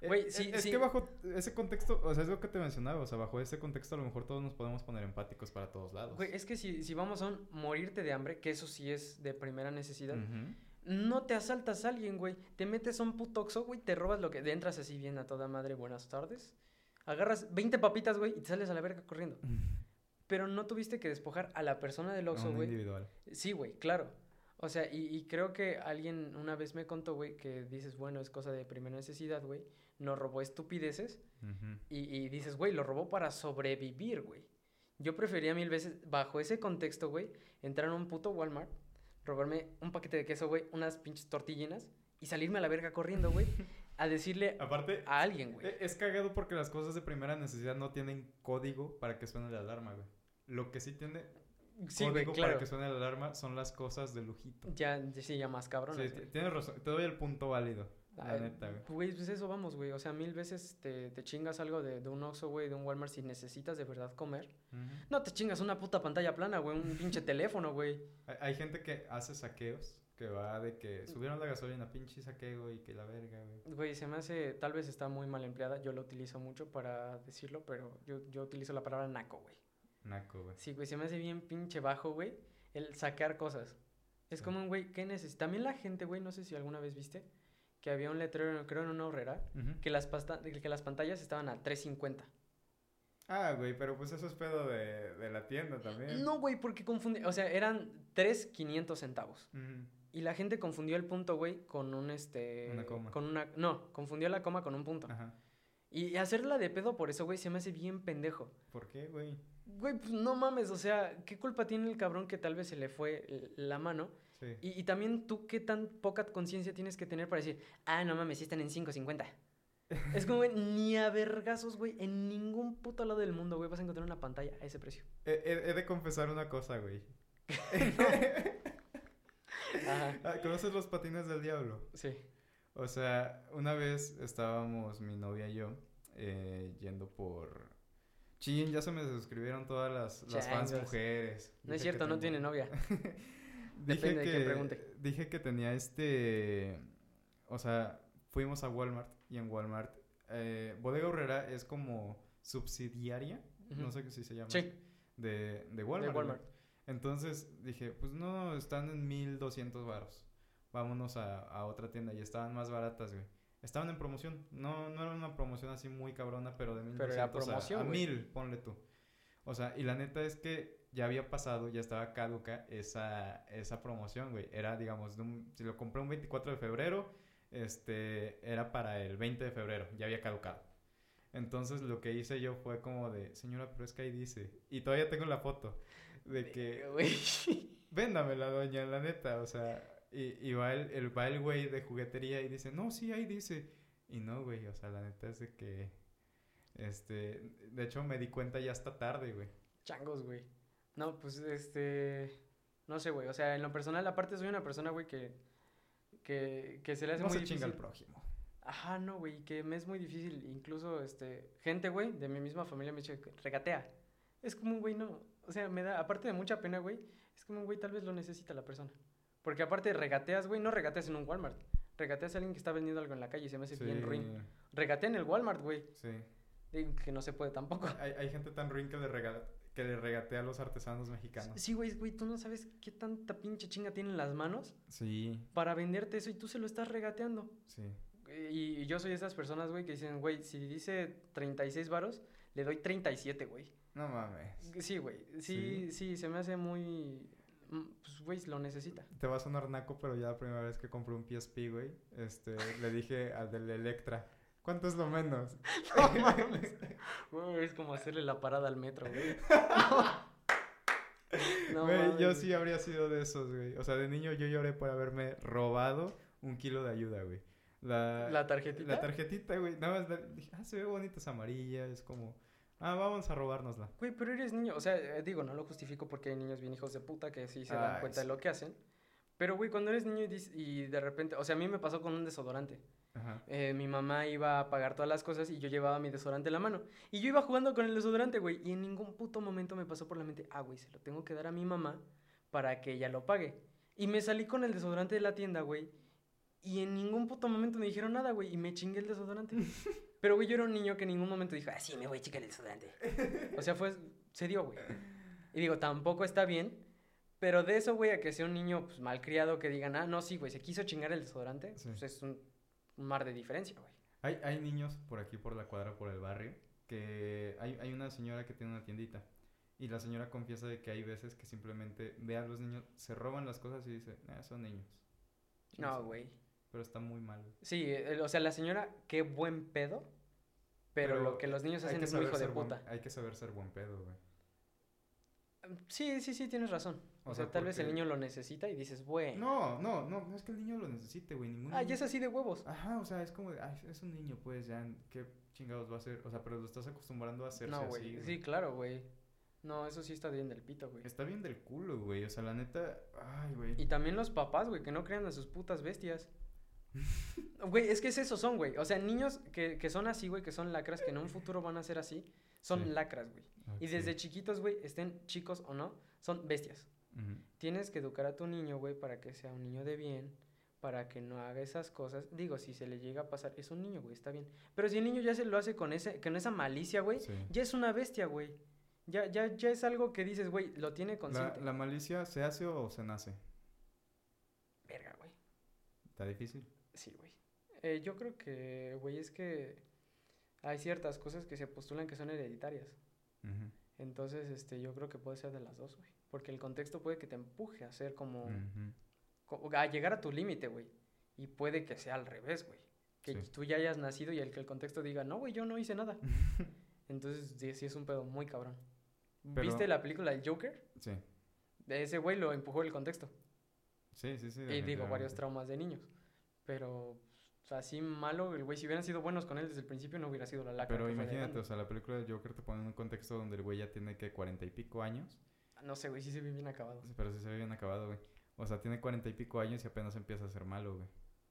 eh, Güey, eh, sí, es sí. que bajo ese contexto, o sea, es lo que te mencionaba, o sea, bajo ese contexto a lo mejor todos nos podemos poner empáticos para todos lados. Güey, es que si, si vamos a un morirte de hambre, que eso sí es de primera necesidad, Ujú. no te asaltas a alguien, güey. Te metes a un puto Oxxo, güey, te robas lo que... Entras así bien a toda madre, buenas tardes. Agarras 20 papitas, güey, y te sales a la verga corriendo. Pero no tuviste que despojar a la persona del A Oxxo, un güey. individual. Sí, güey, claro. O sea, y, y creo que alguien una vez me contó, güey, que dices, bueno, es cosa de primera necesidad, güey. No robó estupideces. Ujú. Y, y dices, güey, lo robó para sobrevivir, güey. Yo prefería mil veces, bajo ese contexto, güey, entrar a un puto Walmart, robarme un paquete de queso, güey, unas pinches tortillinas y salirme a la verga corriendo, güey, a decirle Aparte, a alguien, Eh, ah, güey. Eh, Es cagado porque las cosas de primera necesidad no tienen código para que suene la alarma, güey. Lo que sí tiene Sí, güey, código claro. para que suene la alarma son las cosas de lujito. Ya, ya sí, ya más cabrón. Sí, ti- tienes razón. Te doy el punto válido. La neta, güey. Güey, pues eso vamos, güey. O sea, mil veces te, te chingas algo de, de un Oxxo, güey, de un Walmart si necesitas de verdad comer. Ujú. No te chingas una puta pantalla plana, güey, un pinche teléfono, güey. Hay, hay gente que hace saqueos, que va de que subieron la gasolina, pinche saqueo y que la verga, güey. Güey, se me hace, tal vez está muy mal empleada, yo lo utilizo mucho para decirlo, pero yo, yo utilizo la palabra naco, güey. Naco, güey. Sí, güey, se me hace bien pinche bajo, güey, el sacar cosas. Es Sí. como un güey, ¿qué necesita? También la gente, güey, no sé si alguna vez viste, que había un letrero, creo en una horrera, Ujú. que las, pasta- que las pantallas estaban a 3.50. Ah, güey, pero pues eso es pedo de, de la tienda también. No, güey, porque confundí, o sea, eran 3.500 centavos. Ujú. Y la gente confundió el punto, güey, con un este... Una coma. Ah. Con una, no, confundió la coma con un punto. Ajá. Y y hacerla de pedo por eso, güey, se me hace bien pendejo. ¿Por qué, güey? Güey, pues no mames, o sea, ¿qué culpa tiene el cabrón que tal vez se le fue l- la mano? Sí. Y, y también tú, ¿qué tan poca conciencia tienes que tener para decir, ah, no mames, sí están en 5.50? es como, güey, ni a vergazos, güey, en ningún puto lado del mundo, güey, vas a encontrar una pantalla a ese precio. He, he- he de confesar una cosa, güey. Ajá, Ah, ¿Conoces los patines del diablo? sí. O sea, una vez estábamos mi novia y yo eh, yendo por... Chin, ya se me suscribieron todas las, las fans Changos. mujeres. Dije No es que cierto, no tengo- tiene novia. Dije Depende de que, quién pregunte. Dije que tenía este... O sea, fuimos a Walmart y en Walmart... eh, Bodega Horrera es como subsidiaria, no Ujú. sé si se llama. Sí. así, De, de Walmart. de güey. Walmart. Entonces dije, pues no, están en 1200 varos. Vámonos a, a otra tienda y estaban más baratas, güey. Estaban en promoción. No, no era una promoción así muy cabrona, pero de 1200 Pero era a- promoción, a, güey. 1000, ponle tú. O sea, y la neta es que ya había pasado, ya estaba caduca esa, esa promoción, güey. Era, digamos, de un- si lo compré un 24 de febrero, este, era para el 20 de febrero, ya había caducado. Entonces lo que hice yo fue como de, señora, pero es que ahí dice, y todavía tengo la foto, de que, Güey. véndamela, doña, la neta, o sea, y, y va el, el- va el güey de juguetería y dice, no, sí, ahí dice, y no, güey, o sea, la neta es de que, este, de hecho me di cuenta ya hasta tarde, güey. Changos, güey. No, pues este. No sé, güey. O sea, en lo personal, aparte soy una persona, güey, que. Que, que se le hace No muy se chinga difícil. el prójimo. Ajá, no, güey, que me es muy difícil. Incluso, este, gente, güey, de mi misma familia me dice, regatea. Es como un güey, no. O sea, me da, aparte de mucha pena, güey, es como un güey, tal vez lo necesita la persona. Porque aparte regateas, güey, no regateas en un Walmart. Regateas a alguien que está vendiendo algo en la calle y se me hace bien ruin. Regatea en el Walmart, güey. Sí. Digo que no se puede tampoco. Hay, hay gente tan ruin que le, rega- que le regatea a los artesanos mexicanos. Sí, güey, güey, tú no sabes qué tanta pinche chinga tienen las manos Sí, para venderte eso y tú se lo estás regateando. sí. Y, y yo soy de esas personas, güey, que dicen, güey, si dice 36 varos, le doy 37, güey. No mames. Sí, güey. Sí, sí, se me hace muy. mm, Pues, güey, lo necesita. Te va a sonar naco, pero ya la primera vez que compré un PSP, güey, este, le dije al del Electra, ¿cuánto es lo menos? Güey, es como hacerle la parada al metro, güey. No Güey, mames, yo güey. sí habría sido de esos, güey. O sea, de niño yo lloré por haberme robado un kilo de ayuda, güey. La, ¿La tarjetita? ah, La tarjetita, güey. Nada más la- dije, ah, se ve bonita, es amarilla, es como, ah, vamos a robárnosla. Güey, pero eres niño. O sea, eh, digo, no lo justifico porque hay niños bien hijos de puta que sí se dan Ay, cuenta de sí. lo que hacen. Pero, güey, cuando eres niño y, dices- y de repente. O sea, a mí me pasó con un desodorante. Ajá. Eh, mi mamá iba a pagar todas las cosas y yo llevaba mi desodorante en la mano. Y yo iba jugando con el desodorante, güey. Y en ningún puto momento me pasó por la mente, ah, güey, se lo tengo que dar a mi mamá para que ella lo pague. Y me salí con el desodorante de la tienda, güey. Y en ningún puto momento me dijeron nada, güey. Y me chingué el desodorante. Pero, güey, yo era un niño que en ningún momento dijo, ah, sí, me voy a chingar el desodorante. O sea, fue, se dio, güey. Y digo, tampoco está bien. Pero de eso, güey, a que sea un niño pues, malcriado que digan, ah, no, sí, güey, se quiso chingar el desodorante, Sí. pues es un un mar de diferencia, güey. Hay, hay niños por aquí, por la cuadra, por el barrio, que hay, hay una señora que tiene una tiendita y la señora confiesa de que hay veces que simplemente ve a los niños, se roban las cosas y dice, "Ah, son niños. No, Sí, güey. Pero está muy mal. güey. Sí, el- o sea, la señora, qué buen pedo, pero, Pero lo que los niños Hay hacen que es muy saber hijo de ser buen- puta. hay que saber ser buen pedo, güey. Sí, sí, sí, tienes razón. O, O sea, sea, tal vez el porque- niño lo necesita y dices, bueno. No, no, no, no es que el niño lo necesite, güey. Ningún Eh. Ah, niño- ya es así de huevos. Ajá, o sea, es como, de, "Ay, es un niño, pues ya, ¿qué chingados va a hacer? O sea, pero lo estás acostumbrando a hacerse No, así, güey. güey. Este Sí, claro, güey. No, eso sí está bien del pito, güey. Está bien del culo, güey. O sea, la neta, ay, güey. Y también los papás, güey, que no crean a sus putas bestias. Güey, es que es esos son, güey. O sea, niños que, que son así, güey, que son lacras, que en un futuro van a ser así, son Sí. lacras, güey. Y Ok. desde chiquitos, güey, estén chicos o no, son bestias. Ujú. Tienes que educar a tu niño, güey, para que sea un niño de bien, para que no haga esas cosas. Digo, si se le llega a pasar, es un niño, güey, está bien. Pero si el niño ya se lo hace con, ese, con esa malicia, güey, Sí. ya es una bestia, güey. Ya, ya, ya es algo que dices, güey, lo tiene La, consciente. la malicia se hace o se nace. Verga, güey. Está difícil. Sí, güey. Eh, yo creo que, güey, es que hay ciertas cosas que se postulan que son hereditarias. Ujú, Entonces, este, yo creo que puede ser de las dos, güey. Porque el contexto puede que te empuje a ser como... ujú. co- a llegar a tu límite, güey. Y puede que sea al revés, güey. Que Sí. tú ya hayas nacido y el que el contexto diga, no, güey, yo no hice nada. Entonces, sí, sí es un pedo muy cabrón. Pero- ¿Viste la película del Joker? Sí, De ese güey lo empujó el contexto. sí, sí. sí y digo, varios definitivamente. traumas de niños. Pero pues, así malo, el güey, si hubieran sido buenos con él desde el principio, no hubiera sido la lacra. Pero que fue de imagínate, o grande. sea, la película de Joker te pone en un contexto donde el güey ya tiene que cuarenta y pico años. No sé, güey, sí se ve bien acabado. Pero sí se ve bien acabado, güey. O sea, tiene cuarenta y pico años y apenas empieza a ser malo, güey.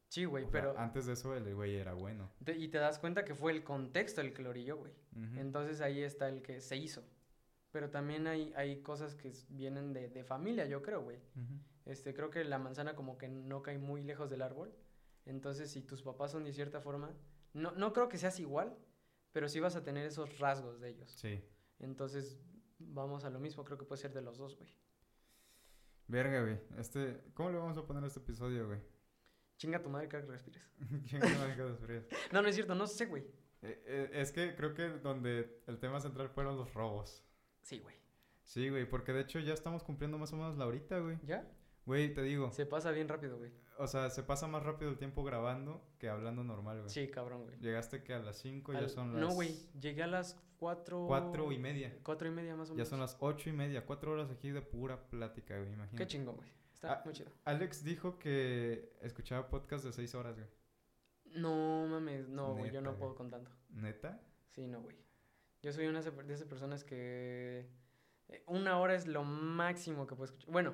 Sí, güey, O sea, pero... antes de eso, el güey era bueno. te- y te das cuenta que fue el contexto el que lo orilló, güey. Ujú. Entonces ahí está el que se hizo. Pero también hay, hay cosas que s- vienen de, de familia, yo creo, güey. Ujú. Este, creo que la manzana como que no cae muy lejos del árbol. Entonces, si tus papás son de cierta forma, no, no creo que seas igual, pero sí vas a tener esos rasgos de ellos. Sí. Entonces, vamos a lo mismo, creo que puede ser de los dos, güey. Verga, güey. Este, ¿Cómo le vamos a poner a este episodio, güey? Chinga tu madre, cada que respires. ¿Quién conoce a los fríos? No, no es cierto, no sé, güey. Eh, eh, es que creo que donde el tema central fueron los robos. Sí, güey. Sí, güey, porque de hecho ya estamos cumpliendo más o menos la horita, güey. ¿Ya? Güey, te digo, Se pasa bien rápido, güey. o sea, se pasa más rápido el tiempo grabando que hablando normal, güey. Sí, cabrón, güey. Llegaste que a las 5 Ah. ya Al- son las No, güey. Llegué a las cuatro... 4 y media. Cuatro y media más o Ya menos. son las 8 y media, 4 horas aquí de pura plática, güey, Qué imagínate. chingón, güey. Está Ah. muy chido. Alex dijo que escuchaba podcast de 6 horas, güey. No, mames. No, güey. Neta, Yo no güey. puedo con tanto. ¿Neta? Sí, no, güey. Yo soy una de esas personas que... eh, Una hora es lo máximo que puedo escuchar. Bueno,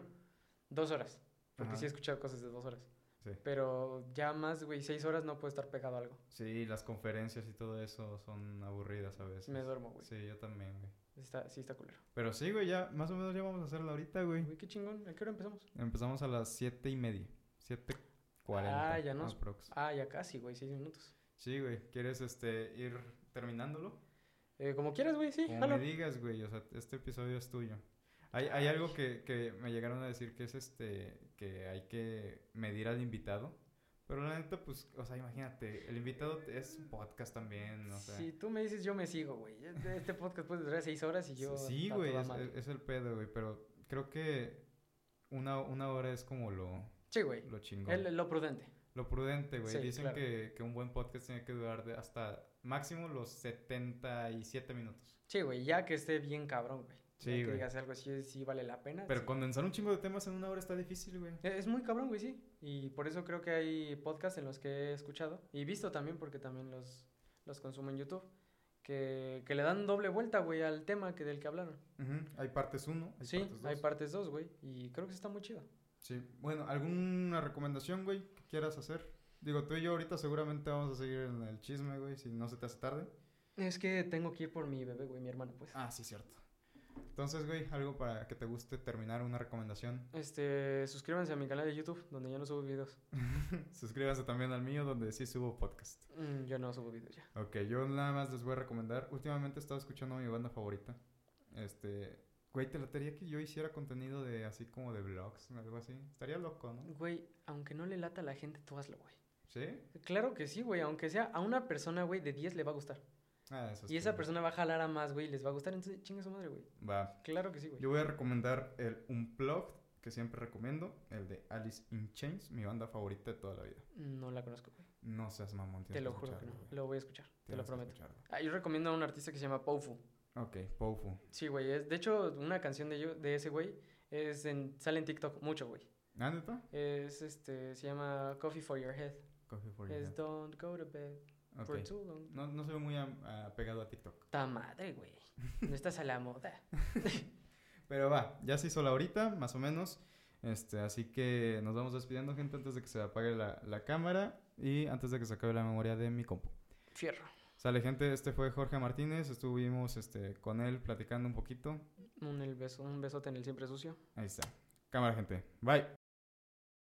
dos horas. Porque Ajá. sí he escuchado cosas de dos horas. Sí. Pero ya más, güey, seis horas no puedo estar pegado a algo. Sí, las conferencias y todo eso son aburridas a veces. Me duermo, güey. Sí, yo también, güey. Está, sí, está culero. Pero sí, güey, ya más o menos ya vamos a hacerla ahorita, güey. Güey, qué chingón. ¿A qué hora empezamos? Empezamos a las 7 y media. 7.40. Ah, ya nos- aprox. Ah, ya casi, güey, seis minutos. Sí, güey. ¿Quieres este, ir terminándolo? Eh, como quieras, güey, sí, Como jalo. me digas, güey. O sea, este episodio es tuyo. Hay, hay algo que, que me llegaron a decir que es este, que hay que medir al invitado. Pero la neta, pues, o sea, imagínate, el invitado es un podcast también, o sea. Si tú me dices, yo me sigo, güey. Este este podcast puede durar seis horas y Sí, yo. Sí, a güey, toda es, eh, madre. es el pedo, güey, pero creo que una, una hora es como lo, Sí, güey. lo chingón. Es lo prudente. Lo prudente, güey. Sí, Dicen claro. que, que un buen podcast tiene que durar de hasta máximo los 77 minutos. Sí, güey, ya que esté bien cabrón, güey. Sí, Ya que güey. digas algo así, sí vale la pena. Pero sí. E, condensar un chingo de temas en una hora está difícil, güey. Es es muy cabrón, güey, sí. Y por eso creo que hay podcasts en los que he escuchado y visto también, porque también los, los consumo en YouTube, que, que le dan doble vuelta, güey, al tema que del que hablaron. Ujú, Hay partes uno, hay sí, partes hay dos. partes dos, güey, y creo que está muy chido. Sí. Bueno, ¿alguna recomendación, güey, que quieras hacer? Digo, tú y yo ahorita seguramente vamos a seguir en el chisme, güey, si no se te hace tarde. Es que tengo que ir por mi bebé, güey, mi hermana, pues. Ah, sí, cierto. Entonces, güey, algo para que te guste terminar, una recomendación. Este, suscríbanse a mi canal de YouTube, donde ya no subo videos. Suscríbase también al mío donde sí subo podcast. Mm, yo no subo videos ya. Ok, yo nada más les voy a recomendar. Últimamente he estado escuchando a mi banda favorita. Este, güey, te latería que yo hiciera contenido de así como de vlogs, algo así. Estaría loco, ¿no? Güey, aunque no le lata a la gente, tú hazlo, güey. ¿Sí? Claro que sí, güey, aunque sea a una persona, güey, de 10 le va a gustar. Ah, eso Y está esa bien. persona va a jalar a más, güey, y les va a gustar, entonces chinga su madre, güey. Va. Claro que sí, güey. Yo voy a recomendar el Unplugged que siempre recomiendo, el de Alice in Chains, mi banda favorita de toda la vida. No la conozco, güey. No seas mamón, tienes Te lo que juro que no. escucharlo, güey. Lo voy a escuchar, te lo Tienes que prometo. escucharlo. Ah, yo recomiendo a un artista que se llama Poufu. Ok, Pofu. Sí, güey. es- De hecho, una canción de, yo, de ese güey es en, sale en TikTok mucho, güey. ¿Ah, neta? Es este, se llama Coffee for Your Head. Coffee for your Es head. Don't Go to Bed for Ok. Too Long. No, no soy muy am- apegado a TikTok. Ta madre, güey. No estás a la moda. Pero va, ya se hizo la horita, más o menos. Este, así que nos vamos despidiendo, gente, antes de que se apague la, la cámara y antes de que se acabe la memoria de mi compu. Fierro. Sale, gente, este fue Jorge Martínez. Estuvimos este, con él platicando un poquito. Un, el beso, un besote en el siempre sucio. Ahí está. Cámara, gente. Bye.